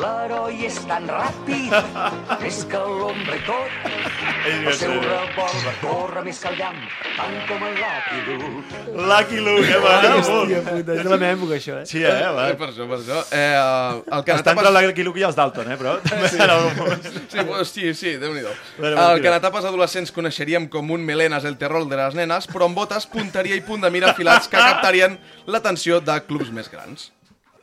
Speaker 19: L'heroi és tan ràpid, més que l'ombre tot. El seu revòlver corre més que el llamp, tant com el Lucky Luke.
Speaker 3: Lucky Luke, eh, m'agrada molt.
Speaker 6: Hòstia puta, és de la meva època, això, eh?
Speaker 3: Sí, eh, va.
Speaker 5: Eh, per això, per això. Eh, el que
Speaker 3: Està
Speaker 5: n'etapes-
Speaker 3: entre el Lucky Luke i els Dalton, eh, però...
Speaker 5: Sí. Sí, pues, sí, sí, déu-n'hi-do. El
Speaker 3: Bueno,
Speaker 5: que en
Speaker 3: mentida.
Speaker 5: etapes adolescents coneixeríem com un melenas el terror de les nenes, però amb botes, punteria i punt de mira afilats que captarien l'atenció de clubs més grans.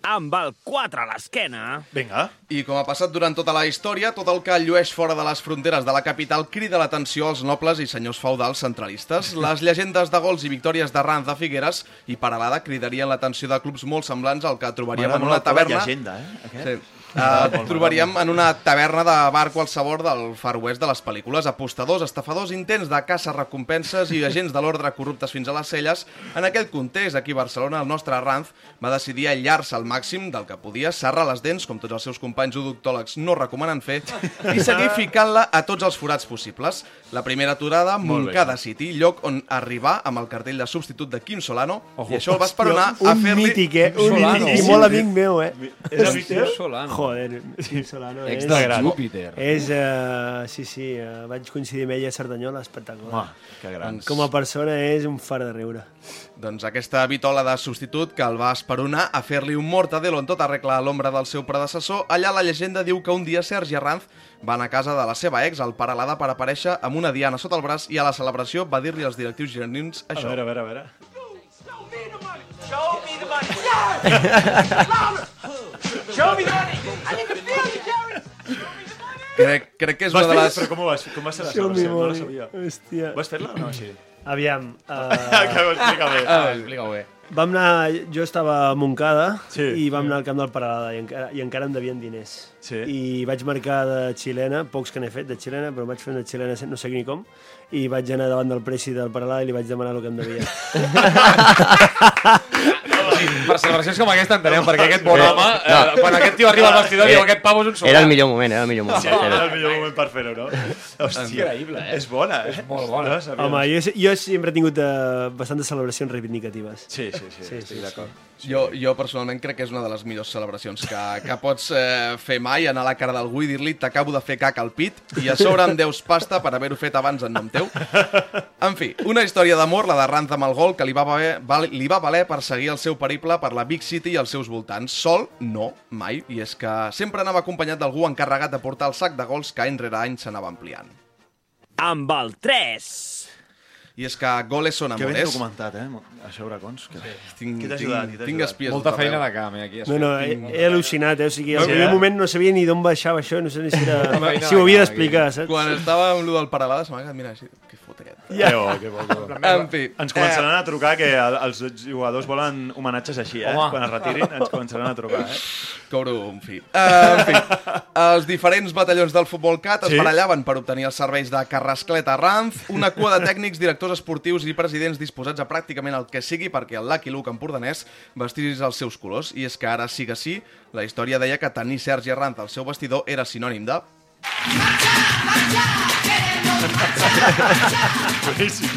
Speaker 14: Amb el 4 a l'esquena...
Speaker 3: Vinga.
Speaker 5: I com ha passat durant tota la història, tot el que llueix fora de les fronteres de la capital crida l'atenció als nobles i senyors feudals centralistes. Les llegendes de gols i victòries de Ranz de Figueres i Paralada cridarien l'atenció de clubs molt semblants al que trobaríem
Speaker 3: M'agrada
Speaker 5: en
Speaker 3: molt
Speaker 5: una
Speaker 3: el to de
Speaker 5: taverna...
Speaker 3: llegenda, eh, aquest.
Speaker 5: Sí.
Speaker 6: Ah,
Speaker 3: M'agrada
Speaker 5: Uh,
Speaker 3: molt,
Speaker 5: trobaríem en una taverna de bar qualsevol del Far West de les pel·lícules. Apostadors, estafadors, intents de caça, recompenses i agents de l'ordre corruptes fins a les celles. En aquest context, aquí a Barcelona, el nostre Ranz va decidir aïllar-se al màxim del que podia, serrar les dents, com tots els seus companys odontòlegs no recomanen fer, i seguir ficant-la a tots els forats possibles. La primera aturada,
Speaker 18: Molt bé.
Speaker 5: Montcada City, lloc on arribar amb el cartell de substitut de Quim Solano,
Speaker 6: Ojo.
Speaker 5: i això el va esperonar
Speaker 6: Hòstia,
Speaker 5: a fer-li...
Speaker 6: Un mític, eh? Un mític, i molt amic meu, eh?
Speaker 5: És amic teu?
Speaker 6: Joder, Quim Solano
Speaker 5: Ex
Speaker 6: és...
Speaker 5: de gran. Júpiter.
Speaker 6: És, uh, sí, sí, uh, vaig coincidir amb ell a Cerdanyola, espectacular.
Speaker 5: Home, que gran.
Speaker 6: Com a persona és un far de riure.
Speaker 5: Doncs aquesta vitola de substitut que el va esperonar a fer-li un mortadelo en tota regla a l'ombra del seu predecessor, allà la llegenda diu que un dia Sergi Arranz va anar a casa de la seva ex, al Paralada, per aparèixer amb una diana sota el braç i a la celebració va dir-li als directius gironins això.
Speaker 3: veure, a veure, a veure.
Speaker 19: Show me the money. Yes! Louder! Show me the money. I need to feel you, Jerry.
Speaker 5: Crec, crec que és
Speaker 3: Vas
Speaker 5: una de
Speaker 3: fer-
Speaker 5: les...
Speaker 3: Però com ho vas, com va ser la
Speaker 6: Show me
Speaker 3: celebració? No la
Speaker 6: money.
Speaker 3: sabia.
Speaker 6: Hòstia.
Speaker 3: Vas fer-la o no, així?
Speaker 6: Aviam. Uh...
Speaker 3: Que ho explica bé.
Speaker 5: Ah, explica-ho bé.
Speaker 6: Vam anar, jo estava a Montcada
Speaker 3: Sí.
Speaker 6: sí. i vam anar al camp del Peralada i encara, i encara em devien diners. Sí. I vaig marcar de xilena, pocs que n'he fet de xilena, però vaig fer una xilena no sé ni com, i vaig anar davant del preci del Peralada i li vaig demanar el que em devia.
Speaker 4: Sí, per celebracions com aquesta entenem, perquè aquest bon home, eh, quan aquest tio arriba al vestidor, diu aquest pavo és un sobrat.
Speaker 12: Era el millor moment, era el millor moment.
Speaker 3: Sí,
Speaker 12: per fer-ho.
Speaker 3: era el millor moment per fer-ho, no? Hòstia,
Speaker 4: Increïble, eh?
Speaker 3: És bona, eh? És
Speaker 4: molt bona.
Speaker 6: Home, jo, jo sempre he tingut eh, bastantes celebracions reivindicatives.
Speaker 3: Sí, sí, sí,
Speaker 5: estic d'acord. Jo, jo personalment crec que és una de les millors celebracions que, que pots eh, fer mai, anar a la cara d'algú i dir-li t'acabo de fer caca al pit i a sobre em deus pasta per haver-ho fet abans en nom teu. En fi, una història d'amor, la de Ranza amb el gol, que li va, valer, val, li va valer per seguir el seu periple per la Big City i els seus voltants. Sol, no, mai, i és que sempre anava acompanyat d'algú encarregat de portar el sac de gols que any rere any s'anava ampliant.
Speaker 14: Amb el 3.
Speaker 5: I és que goles són
Speaker 3: Que
Speaker 5: amores.
Speaker 3: ben documentat, eh? Això, Bracons. Que... Sí.
Speaker 5: Tinc,
Speaker 3: Qui t'ha
Speaker 5: tinc-
Speaker 3: ajudat? Qui t'ha
Speaker 5: tinc
Speaker 3: ajudat?
Speaker 5: espies Molta feina de camp, eh, aquí,
Speaker 6: No, no, he, he al·lucinat, eh? O sigui, al
Speaker 5: Sí,
Speaker 6: primer
Speaker 5: eh?
Speaker 6: moment no sabia ni d'on baixava això, no sé ni si, era, si ho havia d'explicar, saps?
Speaker 5: Quan estava amb allò del Paralada, se m'ha quedat, mira, així, què fot aquest?
Speaker 3: Ja. Que bo, que bo, que bo. Eh.
Speaker 5: En fi.
Speaker 3: Ens començaran a trucar, que el- els jugadors volen homenatges així, eh?
Speaker 5: Home.
Speaker 3: Quan es retirin ens començaran a trucar, eh?
Speaker 5: Cobro un fi. Eh, en fi, els diferents batallons del futbol cat es
Speaker 3: Sí?
Speaker 5: barallaven per obtenir els serveis de Carrascleta Ranz, una cua de tècnics, directors esportius i presidents disposats a pràcticament el que sigui perquè el Lucky Luke empordanès vestís els seus colors. I és que ara sí que sí, la història deia que tenir Sergi Ranz al seu vestidor era sinònim de...
Speaker 3: Boníssim.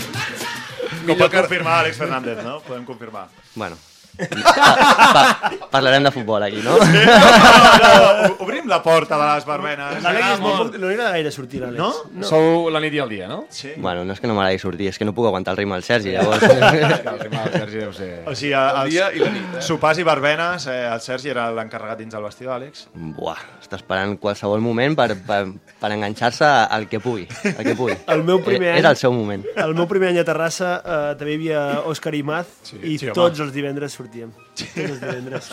Speaker 5: Millor
Speaker 3: No pot
Speaker 5: que-
Speaker 3: confirmar Àlex Fernández, no? Podem confirmar.
Speaker 12: Bueno, pa parlarem de futbol aquí, no?
Speaker 3: Sí? No, no, obrim la porta de les barbenes.
Speaker 6: L'Àlex és molt... No li agrada gaire sortir, l'Àlex.
Speaker 3: No?
Speaker 4: Sou la nit i el dia, no?
Speaker 3: Sí.
Speaker 12: Bueno, no és que no m'agradi sortir, és que no puc aguantar el ritme del Sergi, llavors...
Speaker 4: El ritme del Sergi deu ser...
Speaker 3: O sigui, els
Speaker 5: dia i la nit, eh?
Speaker 3: sopars i barbenes, eh, el Sergi era l'encarregat dins del vestidor, Àlex.
Speaker 12: Buah, està esperant qualsevol moment per, per, per enganxar-se al que pugui, al que pugui.
Speaker 6: El meu primer
Speaker 12: Era-
Speaker 6: any...
Speaker 12: Era el seu moment.
Speaker 6: El meu primer any a Terrassa eh, també hi havia Òscar Imaz sí, i
Speaker 12: sí, home.
Speaker 6: tots els divendres sortíem. Tots els divendres.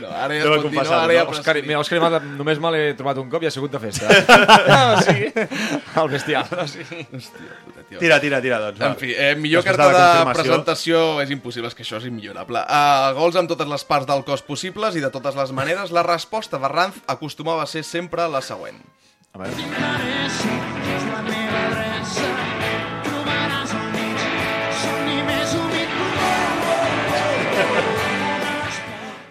Speaker 5: No, ara ja
Speaker 4: Deu
Speaker 5: es pot dir, no,
Speaker 4: confessar,
Speaker 5: ara ja...
Speaker 4: no? Òscar, mira, Òscar Mata, només me l'he trobat un cop i ha sigut de festa. ah, sí. El bestial. O sigui.
Speaker 5: Hòstia, puta, tio.
Speaker 3: Tira, tira, tira, doncs. va.
Speaker 5: En fi, eh, millor
Speaker 3: Després
Speaker 5: carta de,
Speaker 3: la
Speaker 5: de
Speaker 3: confirmació-
Speaker 5: presentació és impossible, és que això és immillorable. Uh, gols amb totes les parts del cos possibles i de totes les maneres, la resposta de Ranz acostumava a ser sempre la següent.
Speaker 3: A veure.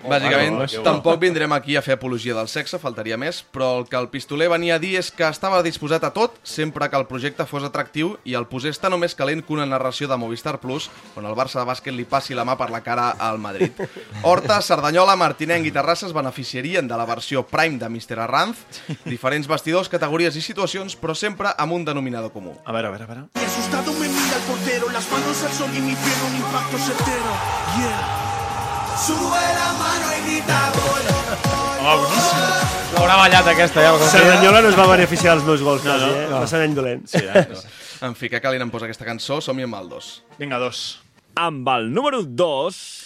Speaker 5: Bàsicament,
Speaker 15: Home, que bo.
Speaker 5: tampoc vindrem aquí a fer apologia del sexe, faltaria més, però el que el pistoler venia a dir és que estava disposat a tot sempre que el projecte fos atractiu i el posés tan o més calent que una narració de Movistar Plus on el Barça de bàsquet li passi la mà per la cara al Madrid. Horta, Cerdanyola, Martinenc i Terrassa es beneficiarien de la versió Prime de Mr. Arranz, diferents vestidors, categories i situacions, però sempre amb un denominador comú.
Speaker 3: A veure, a veure, a veure.
Speaker 18: Y asustado me mira el portero, las manos al sol y mi pierna un impacto certero. Yeah. Sube la mano y grita
Speaker 3: Home, boníssim.
Speaker 4: Haurà ballat aquesta, ja. com que-
Speaker 6: Cerdanyola no es va beneficiar dels meus gols,
Speaker 3: No,
Speaker 6: no,
Speaker 3: no,
Speaker 6: quasi, eh?
Speaker 3: no.
Speaker 6: No. Va ser un any dolent.
Speaker 3: Sí, eh? No.
Speaker 5: En fi, que Calin em posa aquesta cançó, som-hi amb el 2.
Speaker 3: Vinga, dos.
Speaker 5: Amb el número 2...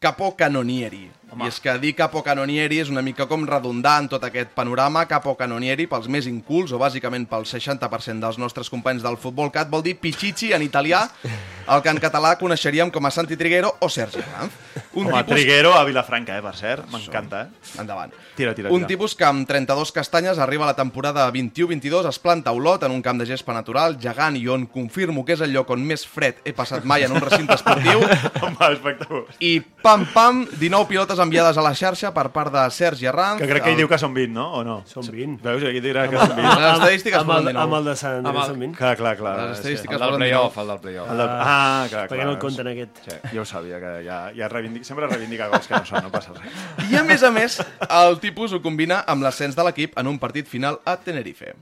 Speaker 5: Capo Canonieri. Home. I és que dir Capo Canonieri és una mica com redundar en tot aquest panorama. Capo Canonieri, pels més incults, o bàsicament pel 60% dels nostres companys del futbol cat, vol dir Pichichi en italià, el que en català coneixeríem com a Santi Triguero o eh? Sergi Ranz.
Speaker 3: Un Home, tipus... Triguero a Vilafranca, eh, per cert. M'encanta, eh?
Speaker 5: Endavant.
Speaker 3: Tira, tira, tira.
Speaker 5: Un tipus que amb 32 castanyes arriba a la temporada 21-22, es planta a Olot en un camp de gespa natural, gegant i on confirmo que és el lloc on més fred he passat mai en un recinte esportiu.
Speaker 3: Home, espectacular.
Speaker 5: I pam, pam, 19 pilotes enviades a la xarxa per part de Sergi Arranz.
Speaker 3: Que crec que ell diu que són 20, no? O no?
Speaker 6: Són 20.
Speaker 3: Veus? Aquí dirà que són 20.
Speaker 5: Les estadístiques
Speaker 6: amb, el,
Speaker 5: posen
Speaker 6: amb el
Speaker 5: 19.
Speaker 6: de Sant
Speaker 5: Amb el-
Speaker 6: Andreu són 20.
Speaker 3: Clar, clar, clar.
Speaker 5: Les estadístiques
Speaker 3: El del
Speaker 5: posen
Speaker 3: playoff,
Speaker 5: 19.
Speaker 3: el del playoff.
Speaker 6: Ah,
Speaker 3: El del- Ah, clar, clar.
Speaker 6: perquè no el
Speaker 3: veus?
Speaker 6: compten aquest.
Speaker 3: Sí, jo ho sabia, que ja, ja reivindic... sempre reivindica gols que no són, no passa res.
Speaker 5: I a més a més, el tipus ho combina amb l'ascens de l'equip en un partit final a Tenerife.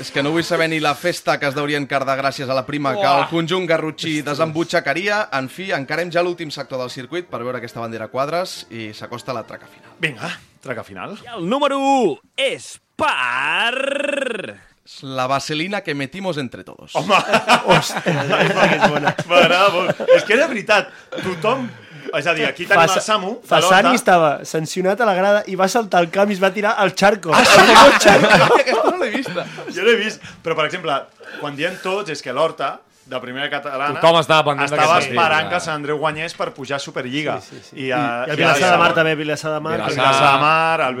Speaker 5: És que no vull saber ni la festa que es deurien cardar gràcies a la prima que el
Speaker 15: Uah.
Speaker 5: conjunt garrotxí desembutxacaria. En fi, encarem ja l'últim sector del circuit per veure aquesta bandera a quadres i s'acosta la traca final.
Speaker 3: Vinga, traca final.
Speaker 14: El número 1 és per...
Speaker 5: La vaselina que metimos entre todos.
Speaker 3: Home! Hòstia, és bona. M'agrada molt. És que era veritat, tothom És a dir, aquí tenim el Samu, de l'Horta.
Speaker 6: Fasani estava sancionat a la grada i va saltar al camp i es va tirar al charco. Ah,
Speaker 3: no l'he vista. Jo l'he vist, però per exemple, quan diem tots és que l'Horta, de primera catalana,
Speaker 4: Tothom estava pendent
Speaker 3: estava
Speaker 4: d'aquest partit.
Speaker 3: esperant
Speaker 4: Ja.
Speaker 3: que Sant Andreu guanyés per pujar a Superliga. Sí, sí, sí. I, a,
Speaker 6: I el Vilassar de Mar també, Vilassar de Mar.
Speaker 3: El Vilassar de Mar, el
Speaker 5: Sí, sí, hi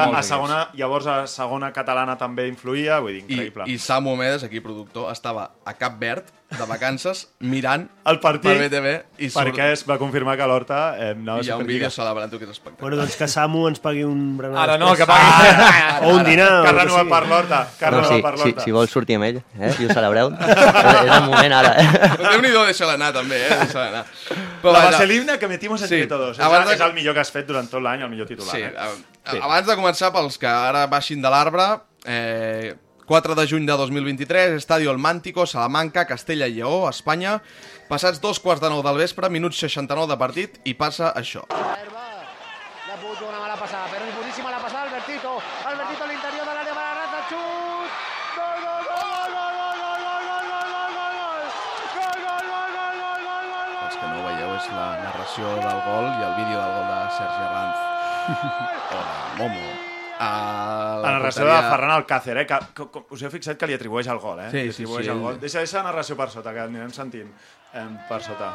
Speaker 5: havia
Speaker 3: sí, sí, a
Speaker 5: molts
Speaker 3: segona, llavors a segona catalana també influïa, vull dir,
Speaker 5: I,
Speaker 3: increïble.
Speaker 5: I Samu Omedes, aquí productor, estava a Cap Verd, de vacances, mirant
Speaker 3: el partit,
Speaker 5: per BTV i surt...
Speaker 3: perquè es va confirmar que l'Horta eh, anava
Speaker 5: I hi ha un
Speaker 3: a Superliga.
Speaker 5: vídeo celebrant aquest espectacle.
Speaker 6: Bueno, doncs que Samu ens pagui un berenar.
Speaker 3: Ara no,
Speaker 6: després.
Speaker 3: que pagui- Ara, ara,
Speaker 6: o un
Speaker 3: ara.
Speaker 6: dinar. o
Speaker 3: Que
Speaker 6: el
Speaker 3: renova
Speaker 6: sigui.
Speaker 3: per l'Horta, que
Speaker 12: No, si, si, si vols sortir amb ell eh, i ho celebreu, és és el moment ara. Eh?
Speaker 5: Però Déu-n'hi-do, deixa-la anar, també, eh? Deixa-la anar.
Speaker 3: Però la
Speaker 5: vaja.
Speaker 3: vaselina que metimos entre
Speaker 5: Sí.
Speaker 3: todos. És,
Speaker 5: Abans
Speaker 3: Abans
Speaker 5: de-
Speaker 3: és el millor que has fet durant tot l'any, el millor titular.
Speaker 5: Sí,
Speaker 3: eh?
Speaker 5: a- Abans de començar, pels que ara baixin de l'arbre, eh, 4 de juny de 2023, Estadio El Mántico, Salamanca, Castella i Lleó, Espanya. Passats dos quarts de nou del vespre, minut 69 de partit, i passa això.
Speaker 19: Le ha puesto una mala pasada, pero es buenísima la pasada Albertito. Albertito al interior del área para Raza, chut. Gol, gol, gol, gol, gol, gol, gol, gol, gol, gol, gol, gol, gol, gol, gol, gol, gol, gol, gol.
Speaker 5: Els que no ho veieu és la narració del gol i el vídeo del gol de Sergi Ranz. o de Momo. A
Speaker 3: La narració de Ferran Alcácer, eh? Que, que, que, us heu fixat que li atribueix el gol, eh?
Speaker 5: Sí,
Speaker 3: Li
Speaker 5: sí,
Speaker 3: atribueix
Speaker 5: sí,
Speaker 3: El
Speaker 5: ell-
Speaker 3: gol. Deixa, deixa la narració per sota, que anirem sentint eh, per sota.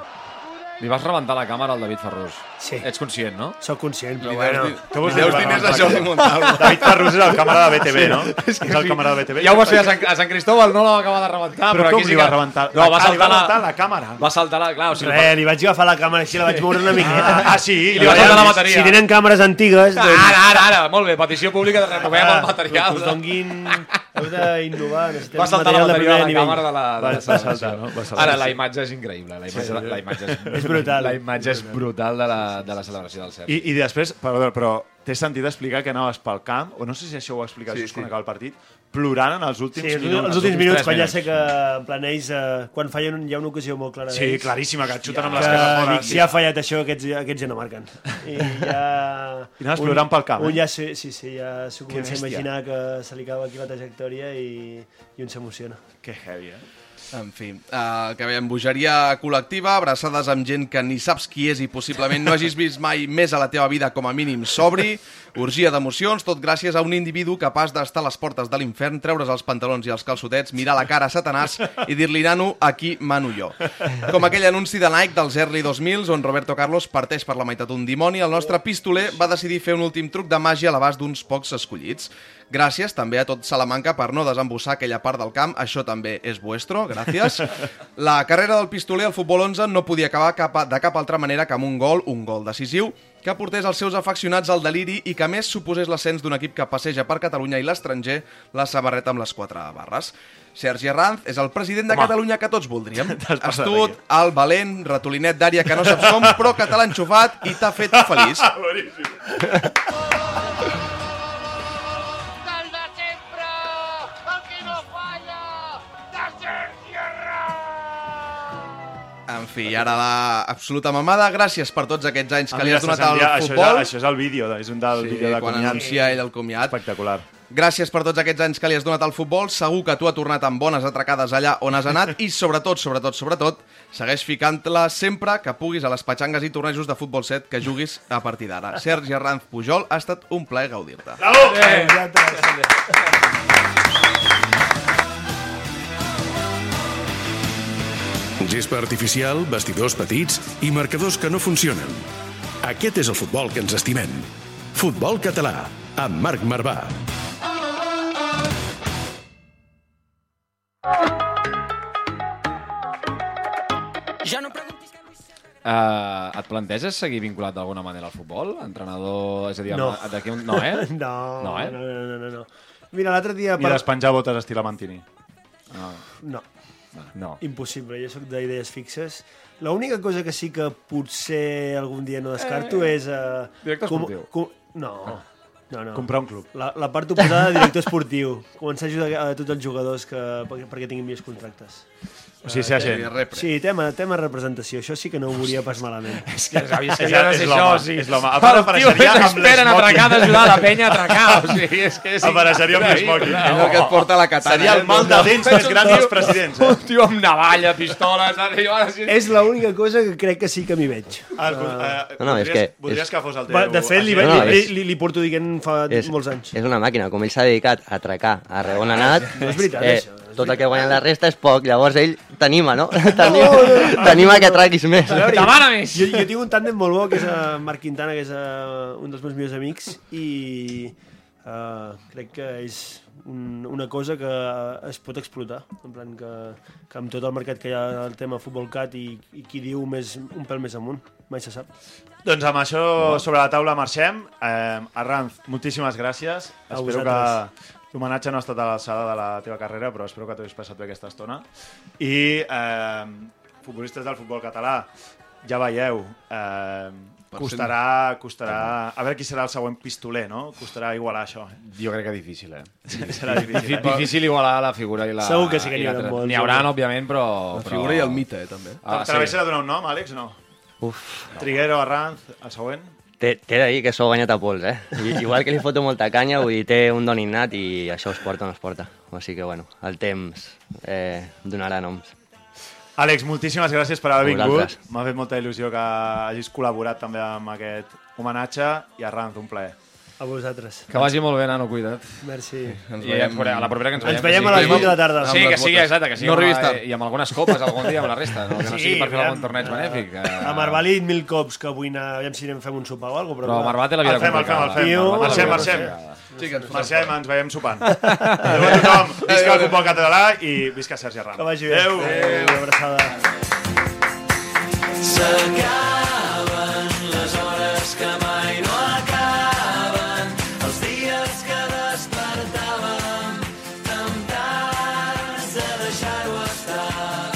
Speaker 4: Li vas rebentar la càmera al David Ferrus.
Speaker 6: Sí.
Speaker 4: Ets conscient, no?
Speaker 6: Soc conscient,
Speaker 3: però bueno. Què vols dir, Ferran Alcácer? David Ferrus
Speaker 4: Ferrus
Speaker 3: és el càmera de BTV, no? És el càmera de BTV.
Speaker 4: Ja ho va fer a Sant, a Sant Cristóbal, no la va acabar de rebentar.
Speaker 3: Però
Speaker 4: Però,
Speaker 3: com
Speaker 4: aquí sí
Speaker 3: li
Speaker 4: que-
Speaker 3: va rebentar?
Speaker 4: No, va
Speaker 3: Ah, li va
Speaker 4: saltar la...
Speaker 3: rebentar la càmera.
Speaker 4: Va saltar la... Clar, o sigui,
Speaker 6: Res, li vaig agafar la càmera així, la vaig moure una miqueta.
Speaker 4: Ah, sí, li va faltar la bateria.
Speaker 6: Si tenen càmeres antigues,
Speaker 3: Ah,
Speaker 4: Ara,
Speaker 6: doncs...
Speaker 4: ara, ara, molt bé, petició pública de renovem el material.
Speaker 6: Que Ah, us donguin... Heu d'innovar, necessitem
Speaker 4: Va saltar la
Speaker 6: Doncs material de
Speaker 4: bateria de la
Speaker 6: primer nivell.
Speaker 4: càmera de la, de la
Speaker 6: Va- va
Speaker 4: celebració.
Speaker 6: saltar, no? Va saltar,
Speaker 4: Ara, la
Speaker 6: sí.
Speaker 4: imatge és increïble. La imatge,
Speaker 6: Sí.
Speaker 4: la imatge és,
Speaker 6: És brutal.
Speaker 4: La imatge és brutal de la, de la celebració del Sergi.
Speaker 3: I, I després, perdó, però té sentit explicar que anaves pel camp, o no sé si això ho expliques
Speaker 6: Sí,
Speaker 3: just quan
Speaker 6: sí.
Speaker 3: acaba el partit, plorant en els últims
Speaker 6: Sí, els,
Speaker 3: minuts.
Speaker 6: els últims minuts,
Speaker 3: tres
Speaker 6: quan ja sé que, en plan, ells, eh, quan fallen, hi ha una ocasió molt clara
Speaker 3: Sí,
Speaker 6: d'ells.
Speaker 3: claríssima, que et xuten amb
Speaker 6: Que
Speaker 3: l'esquerra fora,
Speaker 6: dic,
Speaker 3: sí.
Speaker 6: Si ha fallat això, aquests, aquests ja no marquen. I ja...
Speaker 3: I anaves
Speaker 6: un-
Speaker 3: plorant pel camp, eh?
Speaker 6: Un ja, sí, sí, sí, ja s'ho
Speaker 3: Que
Speaker 6: comença a
Speaker 3: bèstia.
Speaker 6: imaginar que se li acaba aquí la trajectòria i, i un s'emociona.
Speaker 3: Que heavy, eh?
Speaker 5: En fi, eh, que veiem bogeria col·lectiva, abraçades amb gent que ni saps qui és i possiblement no hagis vist mai més a la teva vida com a mínim sobri, orgia d'emocions, tot gràcies a un individu capaç d'estar a les portes de l'infern, treure's els pantalons i els calçotets, mirar la cara a Satanàs i dir-li, nano, aquí mano jo. Com aquell anunci de Nike dels Early 2000s on Roberto Carlos parteix per la meitat un dimoni, el nostre pistoler va decidir fer un últim truc de màgia a l'abast d'uns pocs escollits. Gràcies també a tot Salamanca per no desembossar aquella part del camp, això també és vuestro, gràcies. La carrera del pistoler al futbol 11 no podia acabar cap a, de cap altra manera que amb un gol, un gol decisiu, que portés els seus afeccionats al deliri i que a més suposés l'ascens d'un equip que passeja per Catalunya i l'estranger la sabarreta amb les quatre barres. Sergi Herranz és el president de
Speaker 3: Home.
Speaker 5: Catalunya que tots voldríem.
Speaker 3: passat
Speaker 5: Astut, alt, valent, ratolinet d'àrea que no saps com, però que te l'ha enxufat i t'ha fet feliç.
Speaker 3: Boníssim.
Speaker 5: En fi, i ara l'absoluta mamada. Gràcies per tots aquests anys
Speaker 3: Ah,
Speaker 5: que li
Speaker 3: mira,
Speaker 5: has donat
Speaker 3: se
Speaker 5: al
Speaker 3: sentia- això,
Speaker 5: futbol.
Speaker 3: És, això és el vídeo, és un del
Speaker 5: Sí,
Speaker 3: vídeo de
Speaker 5: quan
Speaker 3: Cunyat.
Speaker 5: anuncia ell el comiat.
Speaker 3: Espectacular.
Speaker 5: Gràcies per tots aquests anys que li has donat al futbol. Segur que tu ha tornat amb bones atracades allà on has anat i sobretot, sobretot, sobretot, segueix ficant-la sempre que puguis a les patxangues i tornejos de futbol 7 que juguis a partir d'ara. Sergi Arranz Pujol, ha estat un plaer gaudir-te.
Speaker 3: Bravo!
Speaker 6: Eh, ja t'ha-
Speaker 2: Gespa artificial, vestidors petits i marcadors que no funcionen. Aquest és el futbol que ens estimem. Futbol català, amb Marc Marvà.
Speaker 10: Ja no
Speaker 4: Uh, et planteges seguir vinculat d'alguna manera al futbol? Entrenador, és a dir, amb-
Speaker 6: No.
Speaker 4: d'aquí un... No, eh?
Speaker 6: No,
Speaker 4: no, eh?
Speaker 6: no, no, no, no. Mira, l'altre dia...
Speaker 3: I despenjar botes estil Amantini.
Speaker 4: No.
Speaker 6: No.
Speaker 4: No.
Speaker 6: Impossible, jo sóc d'idees fixes. L'única cosa que sí que potser algun dia no descarto eh, és... Eh,
Speaker 4: Directe esportiu.
Speaker 6: Com, no, No, no.
Speaker 3: Comprar un club.
Speaker 6: La, la part oposada de director esportiu. Començar a ajudar a tots els jugadors que, perquè, perquè tinguin millors contractes.
Speaker 3: O sigui, ser
Speaker 6: Eh,
Speaker 3: agent.
Speaker 6: tema- Sí, tema, tema representació. Això sí que no ho volia pas malament. és
Speaker 4: que havia- És- havia de és ser l'home, això, sí. és l'home. A part,
Speaker 6: El tio
Speaker 4: apareixeria
Speaker 6: és
Speaker 4: amb
Speaker 6: expert
Speaker 4: l'smoking.
Speaker 6: en atracar,
Speaker 4: d'ajudar la penya a atracar, o sigui, és que és
Speaker 3: Apareixeria amb l'esmoking.
Speaker 4: increïble.
Speaker 3: És el que et porta la katana, Seria el eh? mal de dents més gran dels presidents, eh?
Speaker 4: Un tio amb navalla, pistoles... ara jo ara sí-
Speaker 6: És l'única cosa que crec que sí que m'hi veig.
Speaker 3: El, eh,
Speaker 12: No, no, és que- és-
Speaker 3: Voldries que fos el teu...
Speaker 6: Va, de fet, li,
Speaker 12: No,
Speaker 6: no,
Speaker 12: no,
Speaker 6: li,
Speaker 12: és-
Speaker 6: li, li porto dient fa
Speaker 12: és,
Speaker 6: molts anys.
Speaker 12: És una màquina, com ell s'ha dedicat a atracar a on ha anat, eh,
Speaker 6: No és veritat, això, no
Speaker 12: tot el que guanyen la resta és poc, llavors ell t'anima, no? T'anima, t'anima que atraquis més.
Speaker 6: A veure, Jo, jo tinc un tàndem molt bo, que és eh, Marc Quintana, que és eh, un dels meus millors amics, i eh, crec que és un, una cosa que eh, es pot explotar. En plan, que, que amb tot el mercat que hi ha del tema futbol cat i, i qui diu més, un pèl més amunt, mai se sap.
Speaker 3: Doncs amb això sobre la taula marxem. Eh, Arranz, moltíssimes gràcies.
Speaker 6: A
Speaker 3: espero
Speaker 6: vosaltres.
Speaker 3: que l'homenatge no ha estat a l'alçada de la teva carrera, però espero que t'ho hagis passat bé aquesta estona. I eh, futbolistes del futbol català, ja veieu, eh, costarà, costarà... A veure qui serà el següent pistoler, no? Costarà igualar això.
Speaker 4: Jo crec que difícil, eh?
Speaker 3: Serà difícil, eh?
Speaker 4: difícil igualar la figura i la...
Speaker 3: Segur que sí que
Speaker 4: i
Speaker 3: n'hi haurà
Speaker 4: la-
Speaker 3: molts,
Speaker 4: N'hi haurà,
Speaker 3: home.
Speaker 4: òbviament, però...
Speaker 5: La
Speaker 4: però-
Speaker 5: figura i el mite, eh, també.
Speaker 3: Ah,
Speaker 4: sí.
Speaker 3: Travessa de donar un nom, Àlex, no?
Speaker 12: Uf.
Speaker 3: Triguero, Arranz, el següent?
Speaker 12: T'he t'he de dir que s'ho ha guanyat a pols, eh? I- Igual que li foto molta canya, vull dir, té un don innat i això es porta o no es porta. Així que, bueno, el temps eh, donarà noms.
Speaker 3: Àlex, moltíssimes gràcies per
Speaker 12: A
Speaker 3: haver vingut.
Speaker 12: vosaltres.
Speaker 3: M'ha fet molta il·lusió que hagis col·laborat també amb aquest homenatge i Arranz, un plaer.
Speaker 6: A vosaltres.
Speaker 4: Que vagi molt bé, nano, cuida't.
Speaker 6: Merci.
Speaker 4: I veiem- a la propera que ens veiem.
Speaker 6: Ens veiem a les 8 de la tarda.
Speaker 4: Sí, que sigui, exacte, que sigui.
Speaker 6: No
Speaker 4: amb la-
Speaker 6: arribis tard.
Speaker 4: I amb algunes copes algun dia amb la resta, no? que no
Speaker 6: Sí,
Speaker 4: sigui per fer
Speaker 6: aviam.
Speaker 4: algun torneig benèfic. eh? que-
Speaker 6: A Marbalí mil cops que avui anar, aviam si anem fem un sopar o alguna cosa.
Speaker 4: Però Marvà té la vida
Speaker 6: El fem, el fem, el fem.
Speaker 4: complicada. Marvà té
Speaker 3: Marxem,
Speaker 4: la vida
Speaker 3: marxem.
Speaker 4: complicada.
Speaker 3: Sí, que ens marxem, ens veiem sopant. Adéu a tothom. Visca el futbol català i visca Sergi Arranz.
Speaker 6: Que vagi bé.
Speaker 3: Adéu.
Speaker 6: Adéu. Una abraçada.
Speaker 1: S'acaben les hores que mai no acaben, els dies que despertàvem, temptats de deixar-ho estar.